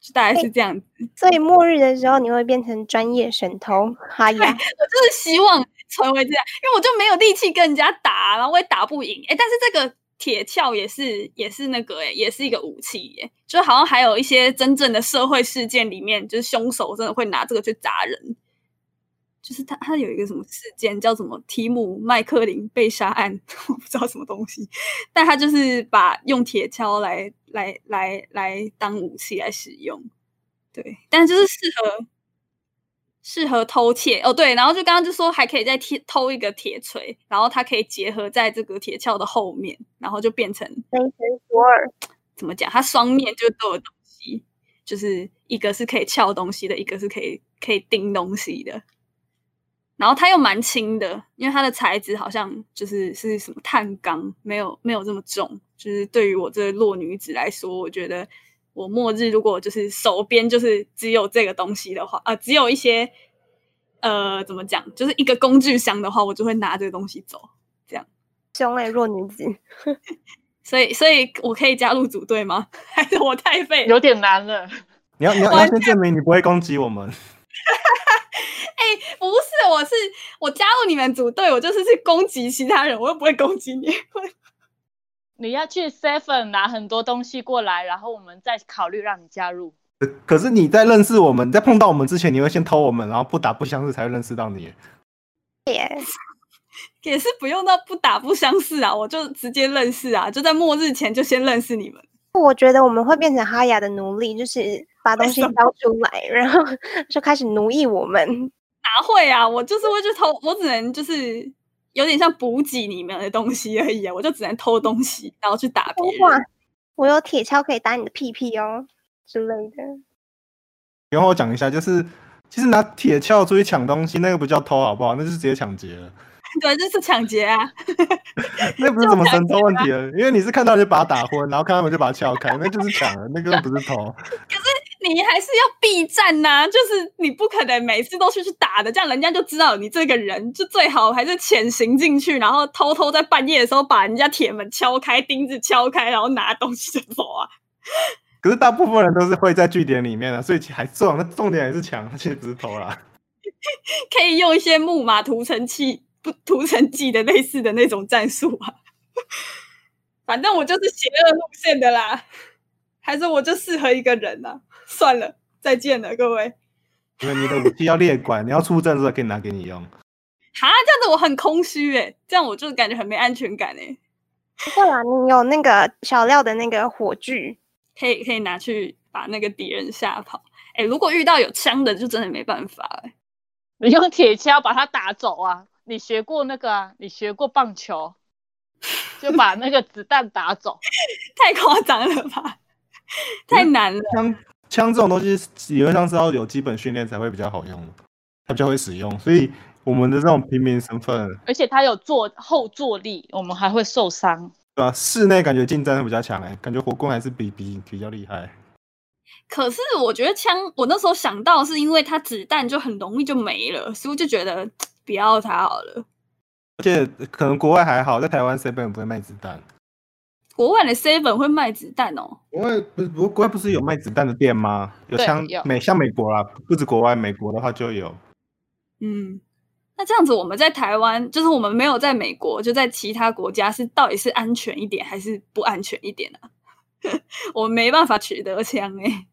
Speaker 2: 就大概是这样子。
Speaker 5: 所以末日的时候，你会变成专业神偷。哈呀，
Speaker 2: 我真的希望成为这样，因为我就没有力气跟人家打，然后我也打不赢。哎，但是这个铁锹也是也是那个哎，也是一个武器耶，就好像还有一些真正的社会事件里面，就是凶手真的会拿这个去砸人。就是他，他有一个什么事件叫什么提姆麦克林被杀案， 我不知道什么东西，但他就是把用铁锹来来来来当武器来使用，对，但就是适合适合偷窃哦，对，然后就刚刚就说还可以再贴偷一个铁锤，然后它可以结合在这个铁锹的后面，然后就变成
Speaker 5: 雷神索尔，
Speaker 2: 怎么讲，它双面就都有东西，就是一个是可以撬东西的，一个是可以可以钉东西的。然后它又蛮轻的，因为它的材质好像就是是什么碳钢，没有没有这么重。就是对于我这个弱女子来说，我觉得我末日如果就是手边就是只有这个东西的话，啊，只有一些呃怎么讲，就是一个工具箱的话，我就会拿这个东西走。
Speaker 5: 凶哎、弱女子。
Speaker 2: 所以，所以我可以加入组队吗？ 还是我太废了？
Speaker 4: 有点难了。
Speaker 3: 你要你要你要先证明你不会攻击我们，
Speaker 2: 哎不是，我是我加入你们组队，我就是去攻击其他人，我又不会攻击你。
Speaker 4: 你要去 Seven 拿很多东西过来，然后我们再考虑让你加入。
Speaker 3: 可是你在认识我们，在碰到我们之前，你会先偷我们，然后不打不相识才会认识到你。
Speaker 5: 耶，
Speaker 2: 也是不用到不打不相识啊，我就直接认识啊，就在末日前就先认识你们。
Speaker 5: 我觉得我们会变成哈雅的奴隶，就是把东
Speaker 2: 为
Speaker 5: 西
Speaker 2: 什么
Speaker 5: 交出来，然后就开始奴役我们。
Speaker 2: 哪会啊？我就是会去偷，我只能就是有点像补给你们的东西而已啊，我就只能偷东西，然后去打别
Speaker 5: 哇
Speaker 2: 人。，
Speaker 5: 我有铁锹可以打你的屁屁哦之类的。
Speaker 3: 然后我讲一下，就是其实拿铁锹出去抢东西，那个不叫偷好不好？那就是直接抢 劫了，
Speaker 2: 对，就是抢劫啊。
Speaker 3: 那不是什么神偷问题了，因为你是看到就把他打昏，然后看到他们就把他撬开，那就是抢了，那个不是偷。
Speaker 2: 你还是要避战呐、就是你不可能每次都去去打的，这样人家就知道你这个人，就最好还是潜行进去，然后偷偷在半夜的时候把人家铁门敲开，钉子敲开，然后拿东西就走啊。
Speaker 3: 可是大部分人都是会在据点里面的、所以其实还重，那重点还是抢，其实不是偷啦。
Speaker 2: 可以用一些木马屠城器、不屠城计的类似的那种战术啊。 反正我就是邪恶路线的啦，还是我就适合一个人呐、算了，再见了，各位。
Speaker 3: 因为你的武器要列管，你要出阵的时候可以拿给你用。
Speaker 2: 哈，这样子我很空虚诶、这样我就感觉很没安全感诶、
Speaker 5: 不会啦，你有那个小廖的那个火炬，
Speaker 2: 可以可以拿去把那个敌人吓跑。哎、如果遇到有枪的，就真的没办法、欸。
Speaker 4: 你用铁锹把它打走啊！你学过那个啊？你学过棒球，就把那个子弹打走。
Speaker 2: 太夸张了吧，太难了。
Speaker 3: 枪枪这种东西，理论上是要有基本训练才会比较好用，才比较会使用。所以我们的这种平民身份，
Speaker 4: 而且它有坐后坐力，我们还会受伤。
Speaker 3: 对吧、室内感觉竞争会比较强哎、感觉火棍还是比比比较厉害。
Speaker 2: 可是我觉得枪，我那时候想到是因为它子弹就很容易就没了，所以我就觉得不要它好了。
Speaker 3: 而且可能国外还好，在台湾 seven 不会卖子弹，
Speaker 2: 国外的 seven 会卖子弹哦。
Speaker 3: 国外不是，不过国外不是有卖子弹的店吗？有
Speaker 4: 对
Speaker 3: 像
Speaker 4: 有
Speaker 3: 美像美国啦，不止国外，美国的话就有。
Speaker 2: 嗯，那这样子我们在台湾，就是我们没有在美国，就在其他国家是到底是安全一点还是不安全一点啊？ 我没办法取得枪哎、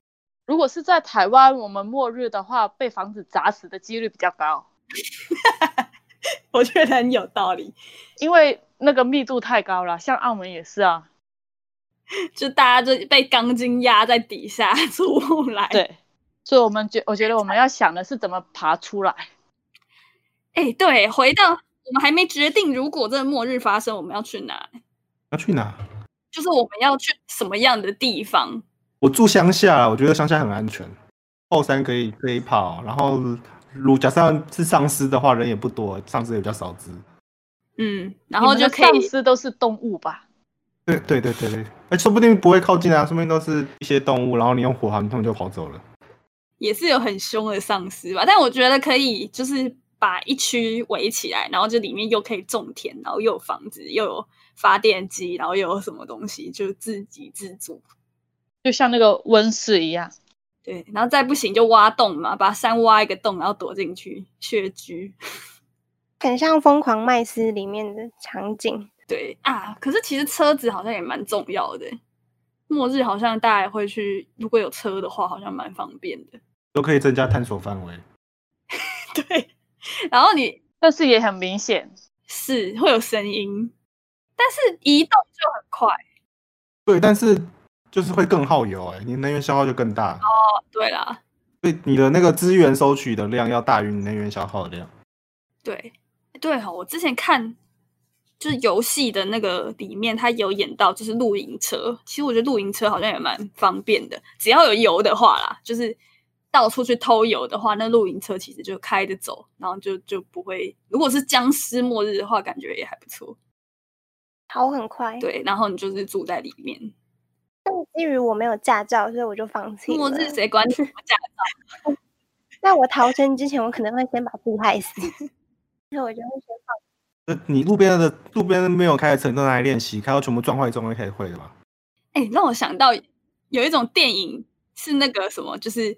Speaker 4: 如果是在台湾，我们末日的话，被房子砸死的几率比较高，
Speaker 2: 我觉得很有道理。
Speaker 4: 因为那个密度太高了。像澳门也是啊，
Speaker 2: 就大家就被钢筋压在底下 出不来。，
Speaker 4: 对，哎所以我们觉我觉得我们要想的是怎么爬出来。
Speaker 2: 哎、对，回到我们还没决定，如果这个末日发生，我们要去哪？
Speaker 3: 要去哪？
Speaker 2: 就是我们要去什么样的地方？
Speaker 3: 我住乡下啦，我觉得乡下很安全，后山可以可以跑，然后如假设是丧尸的话，人也不多，丧尸也比较少只。
Speaker 2: 嗯，然后
Speaker 4: 你们
Speaker 2: 就
Speaker 4: 的
Speaker 2: 可以
Speaker 4: 丧尸都是动物吧？
Speaker 3: 对对对对对，哎，说不定不会靠近啊，说不定都是一些动物，然后你用火它们，它们就跑走了。
Speaker 2: 也是有很凶的丧尸吧，但我觉得可以就是把一区围起来，然后就里面又可以种田，然后又有房子，又有发电机，然后又有什么东西，就自给自足。
Speaker 4: 就像那个温室一样。
Speaker 2: 对，然后再不行就挖洞嘛，把山挖一个洞，然后躲进去穴居。
Speaker 5: 很像《疯狂麦斯》里面的场景。
Speaker 2: 对啊，可是其实车子好像也蛮重要的。欸末日好像大家也会去，如果有车的话，好像蛮方便的。
Speaker 3: 都可以增加探索范围。
Speaker 2: 对，然后你
Speaker 4: 但是也很明显，
Speaker 2: 是会有声音，但是移动就很快。
Speaker 3: 对，但是就是会更耗油、哎，你能源消耗就更大，
Speaker 2: 对啦，
Speaker 3: 所以你的那个资源收取的量要大于你能源消耗的量。
Speaker 2: 对对哈、我之前看就是游戏的那个里面，它有演到就是露营车。其实我觉得露营车好像也蛮方便的，只要有油的话啦，就是到处去偷油的话，那露营车其实就开着走，然后就就不会。如果是僵尸末日的话，感觉也还不错。
Speaker 5: 好，很快。，
Speaker 2: 对，然后你就是住在里面，
Speaker 5: 基于我没有驾照，所以我就放弃
Speaker 2: 末
Speaker 5: 了。
Speaker 2: 日谁管你什么驾照？
Speaker 5: 在我逃生之前，我可能会先把自己害死。那我就会先放。
Speaker 3: 那呃你路边的路边没有开的车，你都拿来练习，开到全部撞坏，终于可以会了吧？
Speaker 2: 哎、让我想到有一种电影是那个什么，就是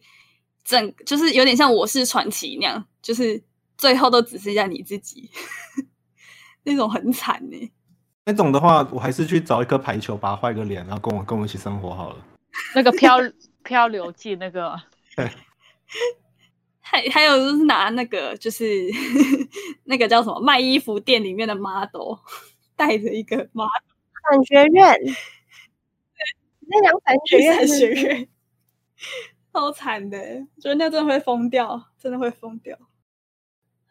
Speaker 2: 整就是有点像《我是传奇》那样，就是最后都只剩下你自己， 那种很惨呢、
Speaker 3: 那种的话，我还是去找一颗排球，把它画一个脸，然后跟我跟我一起生活好了。
Speaker 4: 那个漂 漂流记那个
Speaker 2: 还还有就是拿那个就是 那个叫什么卖衣服店里面的 model，带 着一个 model
Speaker 5: 转学院，你在讲转学
Speaker 2: 去
Speaker 5: 院
Speaker 2: 三
Speaker 5: 是
Speaker 2: 学
Speaker 5: 不是
Speaker 2: 院， 超惨的欸，觉得那真的会疯掉，真的会疯掉。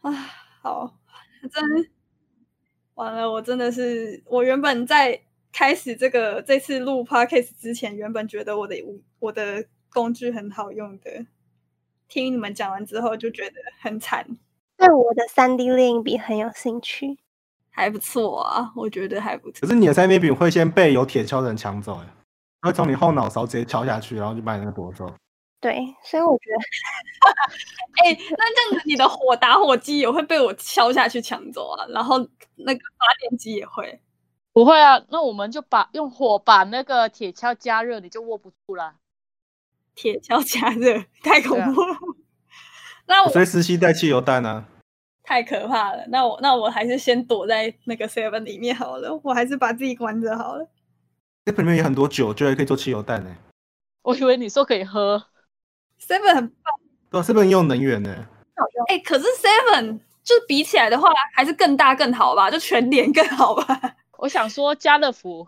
Speaker 2: 啊，好，真完了，我真的是，我原本在开始这个这次录 podcast 之前，原本觉得我的武我的工具很好用的，听你们讲完之后就觉得很惨，
Speaker 5: 对我的三 D 猎鹰笔很有兴趣。
Speaker 2: 还不错啊，我觉得还不错
Speaker 3: 可。是你的三 D 饼会先被有铁锹的人抢走、哎，他会从你后脑勺直接敲下去，然后就把你那个夺走。
Speaker 5: 对，所以我觉得
Speaker 2: 哎、那这样子你的火打火机也会被我敲下去抢走啊，然后那个发电机也会。
Speaker 4: 不会啊，那我们就把用火把那个铁锹加热，你就握不住啦。
Speaker 2: 铁锹加热，太恐
Speaker 4: 对啊
Speaker 2: 怖了。那
Speaker 3: 我
Speaker 2: 我
Speaker 3: 随时携带汽油弹啊，
Speaker 2: 太可怕了，那我那我还是先躲在那个 seven 里面好了，我还是把自己关着好了。
Speaker 3: 那里面有很多酒，居然可以做汽油弹呢、哎
Speaker 4: 我以为你说可以喝，
Speaker 2: seven 很棒，
Speaker 3: 对、啊，是不是很用能源呢、哎
Speaker 5: 好用。
Speaker 2: 哎、可是 seven 就比起来的话，还是更大更好吧，就全脸更好吧。
Speaker 4: 我想说家乐福，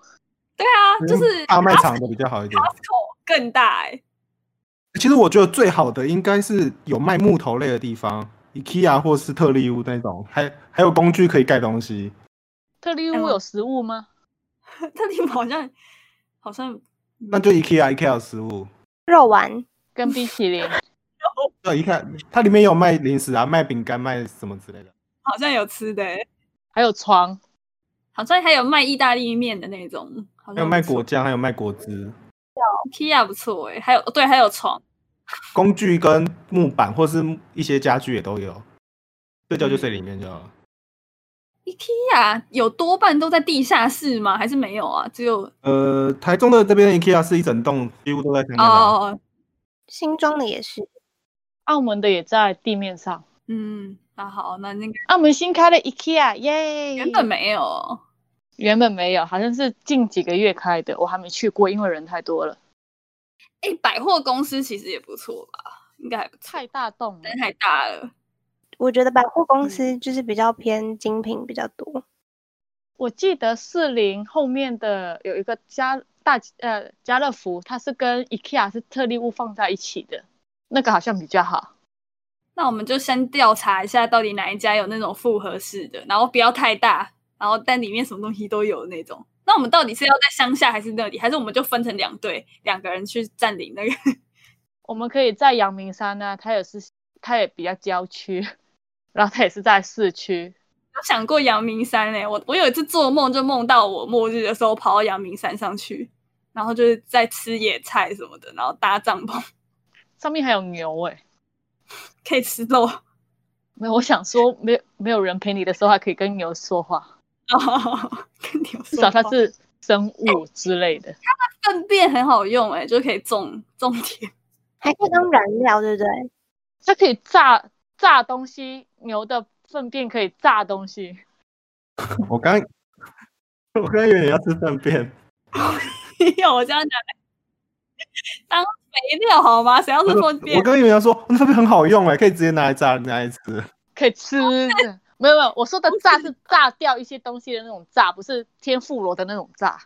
Speaker 2: 对啊，就是
Speaker 3: 嗯大卖场的比较好一点。
Speaker 2: Costco 更大哎、
Speaker 3: 其实我觉得最好的应该是有卖木头类的地方，IKEA 或是特力屋那种，还还有工具可以盖东西。
Speaker 4: 特利
Speaker 2: 嗯
Speaker 4: 屋有食物吗？
Speaker 2: 特地好像好像
Speaker 3: 那就 IKEA IKEA 的食物，
Speaker 5: 肉丸，
Speaker 4: 跟冰淇淋，
Speaker 3: 对，IKEA 它里面有卖零食啊，卖饼干，卖什么之类的。
Speaker 2: 好像有吃的、欸，
Speaker 4: 还有床，
Speaker 2: 好像还有卖意大利面的那种，好像
Speaker 3: 还有卖
Speaker 2: 不错
Speaker 3: 果酱，还有卖果汁，
Speaker 2: Kia 不错哎、还有对，还有床。
Speaker 3: 工具跟木板或是一些家具也都有。睡觉就睡里面就好了。
Speaker 2: IKEA 有多半都在地下室吗？还是没有啊？只有
Speaker 3: 呃，台中的这边的 IKEA 是一整栋，几乎都在上面啊。
Speaker 2: 哦，
Speaker 5: 新装的也是，
Speaker 4: 澳门的也在地面上。
Speaker 2: 嗯，那好，那那个
Speaker 4: 澳门新开的 IKEA，耶！
Speaker 2: 原本没有，
Speaker 4: 原本没有，好像是近几个月开的，我还没去过，因为人太多了，
Speaker 2: 哎、百货公司其实也不错吧，应该还不错，
Speaker 4: 太大栋了
Speaker 2: 但。太大了。
Speaker 5: 我觉得百货公
Speaker 4: 嗯
Speaker 5: 司就是比较偏精品比较多，
Speaker 4: 我记得四零后面的有一个家大呃家乐福，它是跟 IKEA 是特例物放在一起的，那个好像比较好。
Speaker 2: 那我们就先调查一下，到底哪一家有那种复合式的，然后不要太大，然后但里面什么东西都有的那种。那我们到底是要在乡下还是那里，还是我们就分成两队，两个人去占领那个？
Speaker 4: 我们可以在阳明山呢、它也是它也比较郊区， 然后它也是在市区。
Speaker 2: 有想过阳明山嘞、欸我我有一次做梦就梦到我末日的时候跑到阳明山上去，然后就是在吃野菜什么的，然后搭帐篷
Speaker 4: 上面还有牛诶、
Speaker 2: 可以吃肉。
Speaker 4: 没有，我想说没有没有人陪你的时候，还可以跟牛说话，
Speaker 2: 哦，跟牛
Speaker 4: 至
Speaker 2: 说
Speaker 4: 少它
Speaker 2: 话
Speaker 4: 是生物之类的。
Speaker 2: 粪便很好用哎、就可以种种田。
Speaker 5: 还可以当燃料，对不对？
Speaker 4: 它可以炸炸东西，牛的粪便可以炸东西。
Speaker 3: 我刚我刚以为你要吃粪 便，
Speaker 2: 要 我这样讲，当肥料好吗？谁要是粪
Speaker 3: 我
Speaker 2: 便？
Speaker 3: 刚以为要说哦那粪便很好用哎，可以直接拿来炸，拿来吃。
Speaker 4: 可以吃的。没有没有，我说的炸是炸掉一些东西的那种炸，不是天妇罗的那种炸。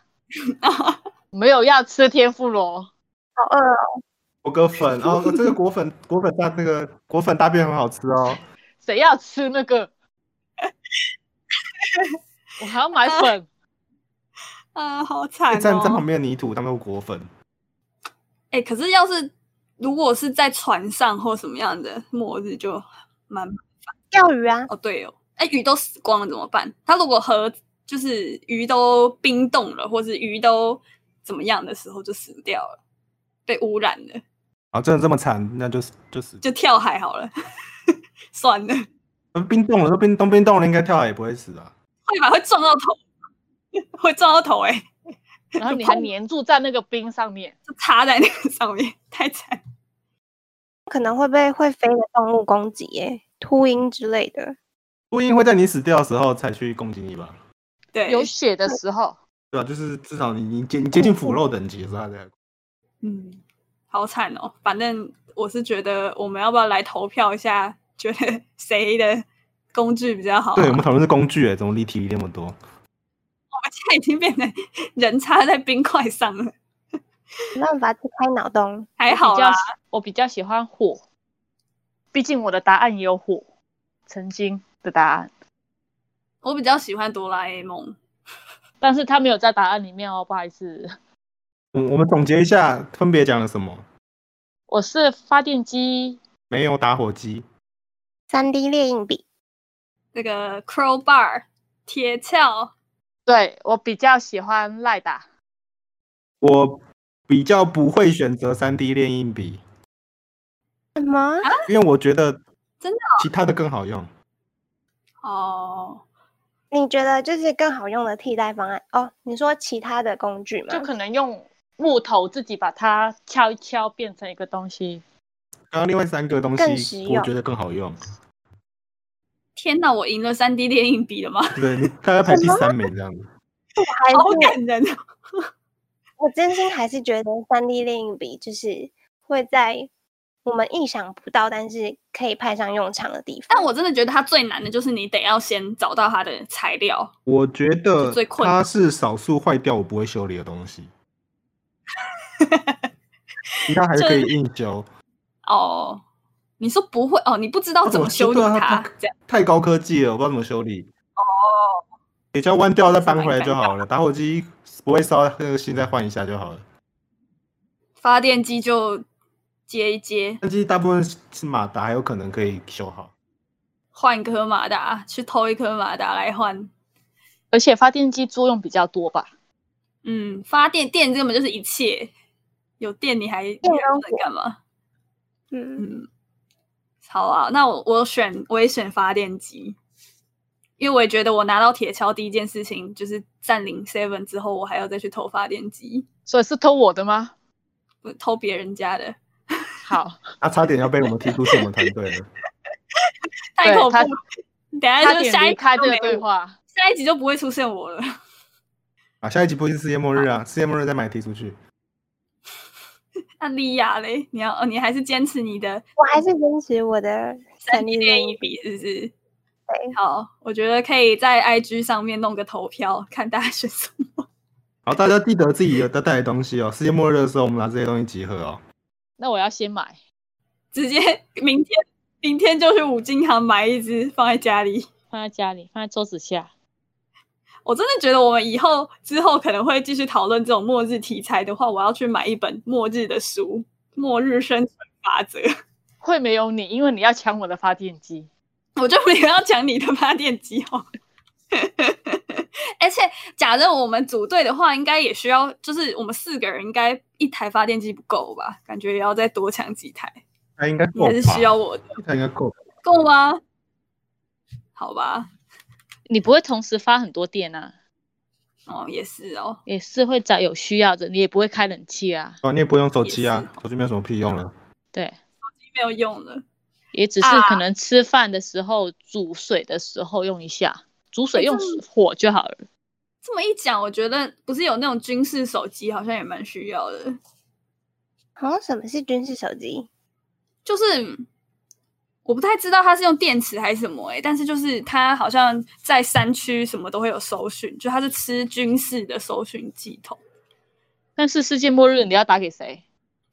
Speaker 4: 没有要吃天妇罗，
Speaker 5: 好饿哦，
Speaker 3: 果个粉，哦，这个果粉果粉大那个果粉大便很好吃哦。
Speaker 4: 谁要吃 那个？我还要买粉，
Speaker 2: 啊、好
Speaker 3: 可
Speaker 2: 惨
Speaker 4: 哎
Speaker 3: 以蘸蘸旁
Speaker 2: 哦！
Speaker 3: 边的泥土当做果粉，
Speaker 2: 哎、可是要是如果是在船上或什么样的末日，就蛮
Speaker 5: 钓鱼啊，
Speaker 2: 哦对哦，哎、鱼都死光了怎么办？它如果河就是鱼都冰冻了，或是鱼都怎么样的时候就死掉了，被污染了，
Speaker 3: 啊，真的这么惨，那就是就是
Speaker 2: 就跳海好了， 算了，
Speaker 3: 都冰冻了，都冰冻冰冻了，应该跳海也不会死啊。
Speaker 2: 会吧？会撞到头，会撞到头哎、
Speaker 4: 然后 你还粘住在那个冰上面。
Speaker 2: 就插在那个上面， 太惨。
Speaker 5: 可能会被会飞的动物攻击耶，秃鹰之类的。
Speaker 3: 秃鹰会在你死掉的时候才去攻击你吧？
Speaker 2: 对，
Speaker 3: 嗯
Speaker 4: 有血的时候，
Speaker 3: 对吧、啊就是至少你你接你接近腐肉等级的时候，它才
Speaker 2: 嗯，好惨哦。反正我是觉得，我们要不要来投票一下，觉得谁的工具比较好、
Speaker 3: 对我
Speaker 2: 我
Speaker 3: 们
Speaker 2: 们
Speaker 3: 讨论是工具哎，怎么立体那么多？
Speaker 2: 现在已经变成人插在冰块上了，
Speaker 5: 没办法，只开脑洞。
Speaker 2: 还
Speaker 4: 比
Speaker 2: 好
Speaker 4: 较
Speaker 2: 啦。
Speaker 4: 喜我比较喜欢火，毕竟我的答案也有火，曾经的答案，
Speaker 2: 我比较喜欢哆啦 A 梦，
Speaker 4: 但是他没有在答案里面哦，不好意思。
Speaker 3: 我我们总结一下，分别讲了什么？
Speaker 4: 我是发电机，
Speaker 3: 没有打火机，
Speaker 5: 三 D 猎印笔，
Speaker 2: 那个 crowbar 铁锹，
Speaker 4: 对我比较喜欢赖打。
Speaker 3: 我比较不会选择三 D 练印笔，
Speaker 5: 什么？
Speaker 3: 因为我觉得
Speaker 2: 真的
Speaker 3: 其他的更好用。
Speaker 2: 哦，
Speaker 5: 你觉得就是更好用的替代方案？哦，你说其他的工具吗
Speaker 4: 就？可能用木头自己把它敲一敲，变成一个东西。
Speaker 3: 刚刚另外三个东
Speaker 5: 更实
Speaker 3: 西，我
Speaker 5: 用
Speaker 3: 觉得更好用。
Speaker 2: 天哪，我赢了三 D 电影笔了吗？
Speaker 4: 哎
Speaker 3: 对你大概排第三名这样子。
Speaker 5: 还是
Speaker 2: 好感人哦！
Speaker 5: 我真心还是觉得三 D 猎印笔就是会在我们意想不到，但是可以派上用场的地方。
Speaker 2: 但我真的觉得它最难的就是你得要先找到它的材料，
Speaker 3: 我觉得
Speaker 2: 是最困
Speaker 3: 它是少数坏掉我不会修理的 东西，其他还是可以硬修。
Speaker 2: 哦，你说不会哦，你不知道
Speaker 3: 我
Speaker 2: 怎么修理
Speaker 3: 对啊它
Speaker 2: 它，这样
Speaker 3: 太高科技了，我不知道怎么修理。哦，铁锹弯掉再搬回来就好了，打火机不会烧，那个芯再换一下就好了。
Speaker 2: 发电机就接一接，
Speaker 3: 但其实大部分是马达还有可能可以修好。
Speaker 2: 换一颗马达，去偷一颗马达来换。
Speaker 4: 而且发电机作用比较多吧？
Speaker 2: 嗯，发电电根本就是一切，有电你还你还
Speaker 5: 跟
Speaker 2: 不能干嘛？
Speaker 5: 嗯，
Speaker 2: 嗯，好啊，那我我选我也选发电机，因为我也觉得我拿到铁锹第一件事情就是占领 Seven 之后，我还要再去偷发电机，
Speaker 4: 所以是偷我的吗？
Speaker 2: 不偷别人家的，
Speaker 4: 好，
Speaker 3: 他啊差点要被我们踢出是我们团队了。
Speaker 2: 太恐怖
Speaker 4: 他
Speaker 2: 了。等一下
Speaker 4: 差
Speaker 2: 就
Speaker 4: 点
Speaker 2: 下一
Speaker 4: 离
Speaker 2: 集
Speaker 4: 开
Speaker 2: 都
Speaker 4: 哎这个
Speaker 2: 没
Speaker 4: 对
Speaker 2: 我，
Speaker 4: 话。
Speaker 2: 下一集就不会出现我了。
Speaker 3: 啊，下一集不是世界末日啊，世界末日再把你踢出去。
Speaker 2: 那莉亚嘞，你要、哦、你还是坚持你的
Speaker 5: 我还是坚持我的
Speaker 2: 三
Speaker 5: 三 D
Speaker 2: 点
Speaker 5: 任
Speaker 2: 一
Speaker 5: 意
Speaker 2: 笔，是不是？对，好，我觉得可以在 IG 上面弄个投票，看大家选什么。
Speaker 3: 好，大家记得自己有带带的东西哦。世界末日的时候，我们拿这些东西集合哦。
Speaker 4: 那我要先买，
Speaker 2: 直接明天，明天就去五金行买一只放在家里。
Speaker 4: 放在家里，放在桌子下。
Speaker 2: 我真的觉得我们以后之后可能会继续讨论这种末日题材的话，我要去买一本末日的书，《末日生存法则》。
Speaker 4: 会没有你，因为你要抢我的发电机。
Speaker 2: 我就没有要讲你的发电机哦。 而且，假设我们组队的话，应该也需要，就是我们四个人应该一台发电机不够吧？感觉也要再多抢几台，
Speaker 3: 那应该
Speaker 2: 也
Speaker 3: 够
Speaker 2: 是需要
Speaker 3: 吧？
Speaker 2: 我的，
Speaker 3: 他应该够吧。
Speaker 2: 够吗？好吧，
Speaker 4: 你不会同时发很多电啊，
Speaker 2: 哦，也是哦，
Speaker 4: 也是会找有需要的，你也不会开冷气啊。
Speaker 3: 哦，你也不用手机
Speaker 2: 也
Speaker 3: 啊，手机没有什么屁用了。
Speaker 4: 对，
Speaker 2: 没有用了。
Speaker 4: 也只是可能吃饭的时候、煮水的时候用一下，煮水用
Speaker 2: 这
Speaker 4: 火就好了。
Speaker 2: 这么一讲，我觉得不是有那种军事手机，好像也蛮需要的。
Speaker 5: 好像什么是军事手机？
Speaker 2: 就是我不太知道它是用电池还是什么诶、欸但是就是它好像在山区什么都会有搜寻，就它是吃军事的搜寻系统，
Speaker 4: 但是世界末日你要打给谁？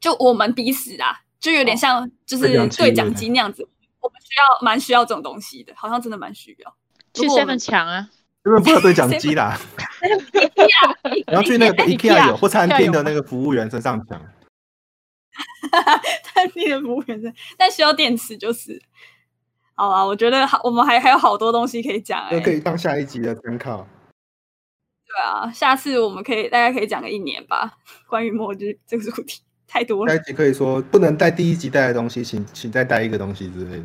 Speaker 2: 就我们彼此啊，就有点
Speaker 4: 哦
Speaker 2: 像就是
Speaker 3: 对讲机
Speaker 2: 对讲机
Speaker 3: 对
Speaker 2: 那样子。我们需要蛮需要这种东西的，好像真的蛮需要。
Speaker 4: 去
Speaker 2: 如果我
Speaker 4: seven
Speaker 2: 们
Speaker 4: 抢啊！
Speaker 3: 这边不要对讲 机啦，你要去那个
Speaker 2: 哎
Speaker 3: IKEA 有或餐厅的那个服务员身上抢。
Speaker 2: 餐厅的服务员在，但需要电池就是。好啊，我觉得好，我们还还有好多东西可以讲、欸，
Speaker 3: 这可以当下一集的参考。
Speaker 2: 对啊，下次我们可以大概可以讲个一年吧， 关于末日这个主题太多了
Speaker 3: 下一。集可以说不能带第一集带的东西，请请再带一个东西之类的，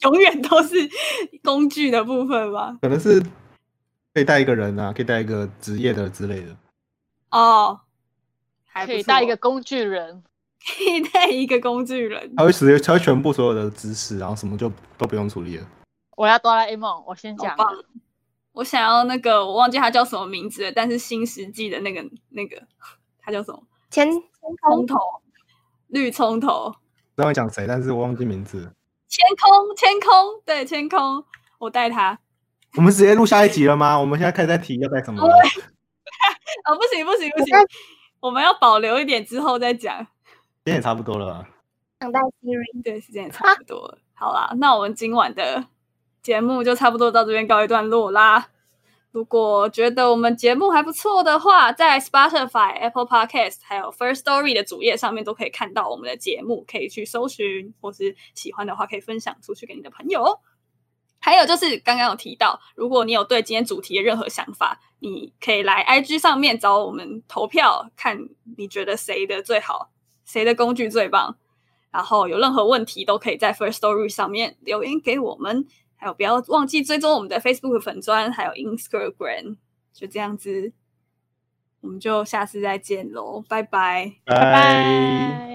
Speaker 2: 永远都是工具的部分吧？
Speaker 3: 可能是可以带一个人啊，可以带一个职业的之类的。
Speaker 2: 哦，还
Speaker 4: 可
Speaker 2: 不
Speaker 4: 以
Speaker 2: 错
Speaker 4: 带一个，工具人，
Speaker 2: 可以带一个工具人
Speaker 3: 他。会直接他会全部所有的知识，然后什么就都不用处理了。
Speaker 4: 我要哆啦 A 梦，我先
Speaker 2: 好。
Speaker 4: 讲
Speaker 2: 棒！我想要那个，我忘记他叫什么名字了，但是新世纪的那个那个，他叫什么？
Speaker 5: 前
Speaker 2: 葱头，绿葱头，
Speaker 3: 不知道你讲谁，但是我忘记名字了。
Speaker 2: 千空，千空，对，千空，我带他。
Speaker 3: 我们直接录下一集了吗？我们现在开始在提要带什么了？
Speaker 2: 哦，不行不行不行，我们要保留一点之后再讲。
Speaker 3: 今天也差不多了，啊
Speaker 5: 想到 Siri，
Speaker 2: 对，时间也差不多了。好啦，那我们今晚的节目就差不多到这边告一段落啦。如果觉得我们节目还不错的话，在 Spotify、Apple Podcast 还有 First Story 的主页上面都可以看到我们的节目，可以去搜寻，或是喜欢的话可以分享出去给你的朋友哦。还有就是刚刚有提到，如果你有对今天主题的任何想法，你可以来 IG 上面找我们投票，看你觉得谁的最好，谁的工具最棒。然后有任何问题都可以在 First Story 上面留言给我们，还有不要忘记追踪我们的 Facebook 粉砖，还有 Instagram，就这样子，我们就下次再见喽，拜拜。
Speaker 3: 拜
Speaker 4: 拜拜。